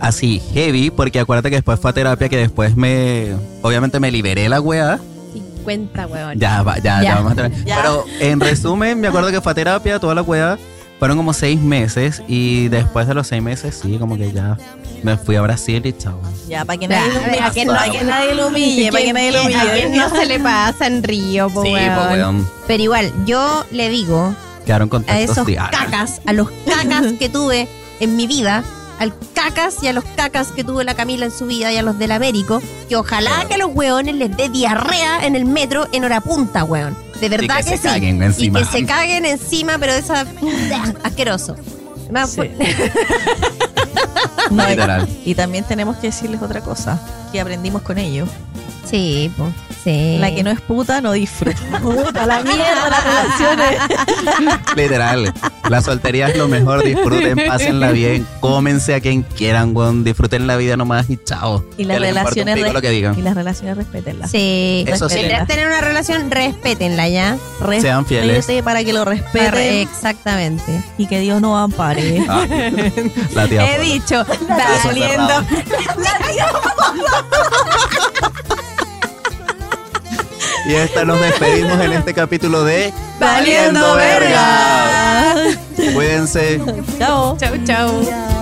[SPEAKER 3] así, heavy, porque acuérdate que después fue a terapia, que después me, obviamente me liberé la weá.
[SPEAKER 4] 50, weón.
[SPEAKER 3] Ya, va, ya, ya,
[SPEAKER 4] Ya.
[SPEAKER 3] vamos a terminar.
[SPEAKER 2] Ya.
[SPEAKER 3] Pero en resumen, me acuerdo que fue a terapia, toda la weá. Fueron como seis meses y después de los seis meses, sí, como que ya me fui a Brasil y chao.
[SPEAKER 2] Ya, para que
[SPEAKER 4] Ya,
[SPEAKER 2] nadie lo humille.
[SPEAKER 4] a que no-
[SPEAKER 2] Para que nadie lo humille. Para que nadie lo
[SPEAKER 4] ¿A quién
[SPEAKER 2] humille.
[SPEAKER 4] no se le pasa en Río, po,
[SPEAKER 3] Sí,
[SPEAKER 4] weón?
[SPEAKER 3] pues, weón.
[SPEAKER 4] Pero igual, yo le digo
[SPEAKER 3] Quedaron
[SPEAKER 4] a
[SPEAKER 3] contactos
[SPEAKER 4] esos
[SPEAKER 3] diarios.
[SPEAKER 4] cacas, a los cacas que tuve en mi vida, al cacas y a los cacas que tuvo la Camila en su vida y a los del Américo, que ojalá que a los weones les dé diarrea en el metro en hora punta, weón. De verdad
[SPEAKER 3] que
[SPEAKER 4] que,
[SPEAKER 3] se
[SPEAKER 4] sí.
[SPEAKER 3] caguen encima.
[SPEAKER 4] Y que se caguen encima, pero de esa asqueroso. Más
[SPEAKER 2] Sí.
[SPEAKER 4] fu-
[SPEAKER 2] No, y-
[SPEAKER 3] Literal.
[SPEAKER 2] y también tenemos que decirles otra cosa que aprendimos con ellos.
[SPEAKER 4] Sí, po, sí.
[SPEAKER 2] La que no es puta no disfruta. Puta, la mierda, las relaciones.
[SPEAKER 3] Literal. La soltería es lo mejor. Disfruten, pásenla bien. Cómense a quien quieran, weón. Disfruten la vida nomás y chao.
[SPEAKER 2] Y las
[SPEAKER 3] Que les importa un
[SPEAKER 2] relaciones
[SPEAKER 3] pico
[SPEAKER 2] re-
[SPEAKER 3] lo que digan.
[SPEAKER 2] Y las relaciones respétenlas.
[SPEAKER 4] Sí.
[SPEAKER 3] Eso sí.
[SPEAKER 4] Si querés tener una relación, respétenla ya.
[SPEAKER 3] Sean fieles.
[SPEAKER 2] Respete para que lo respeten
[SPEAKER 4] Exactamente.
[SPEAKER 2] y que Dios nos ampare.
[SPEAKER 3] Ah, la tía
[SPEAKER 4] He
[SPEAKER 3] Pola.
[SPEAKER 4] dicho,
[SPEAKER 3] Caso
[SPEAKER 4] valiendo.
[SPEAKER 3] cerrado. Y esta nos despedimos en este capítulo de
[SPEAKER 4] Valiendo
[SPEAKER 3] verga. Cuídense.
[SPEAKER 2] Chao.
[SPEAKER 4] Chau, chau.
[SPEAKER 2] Chao.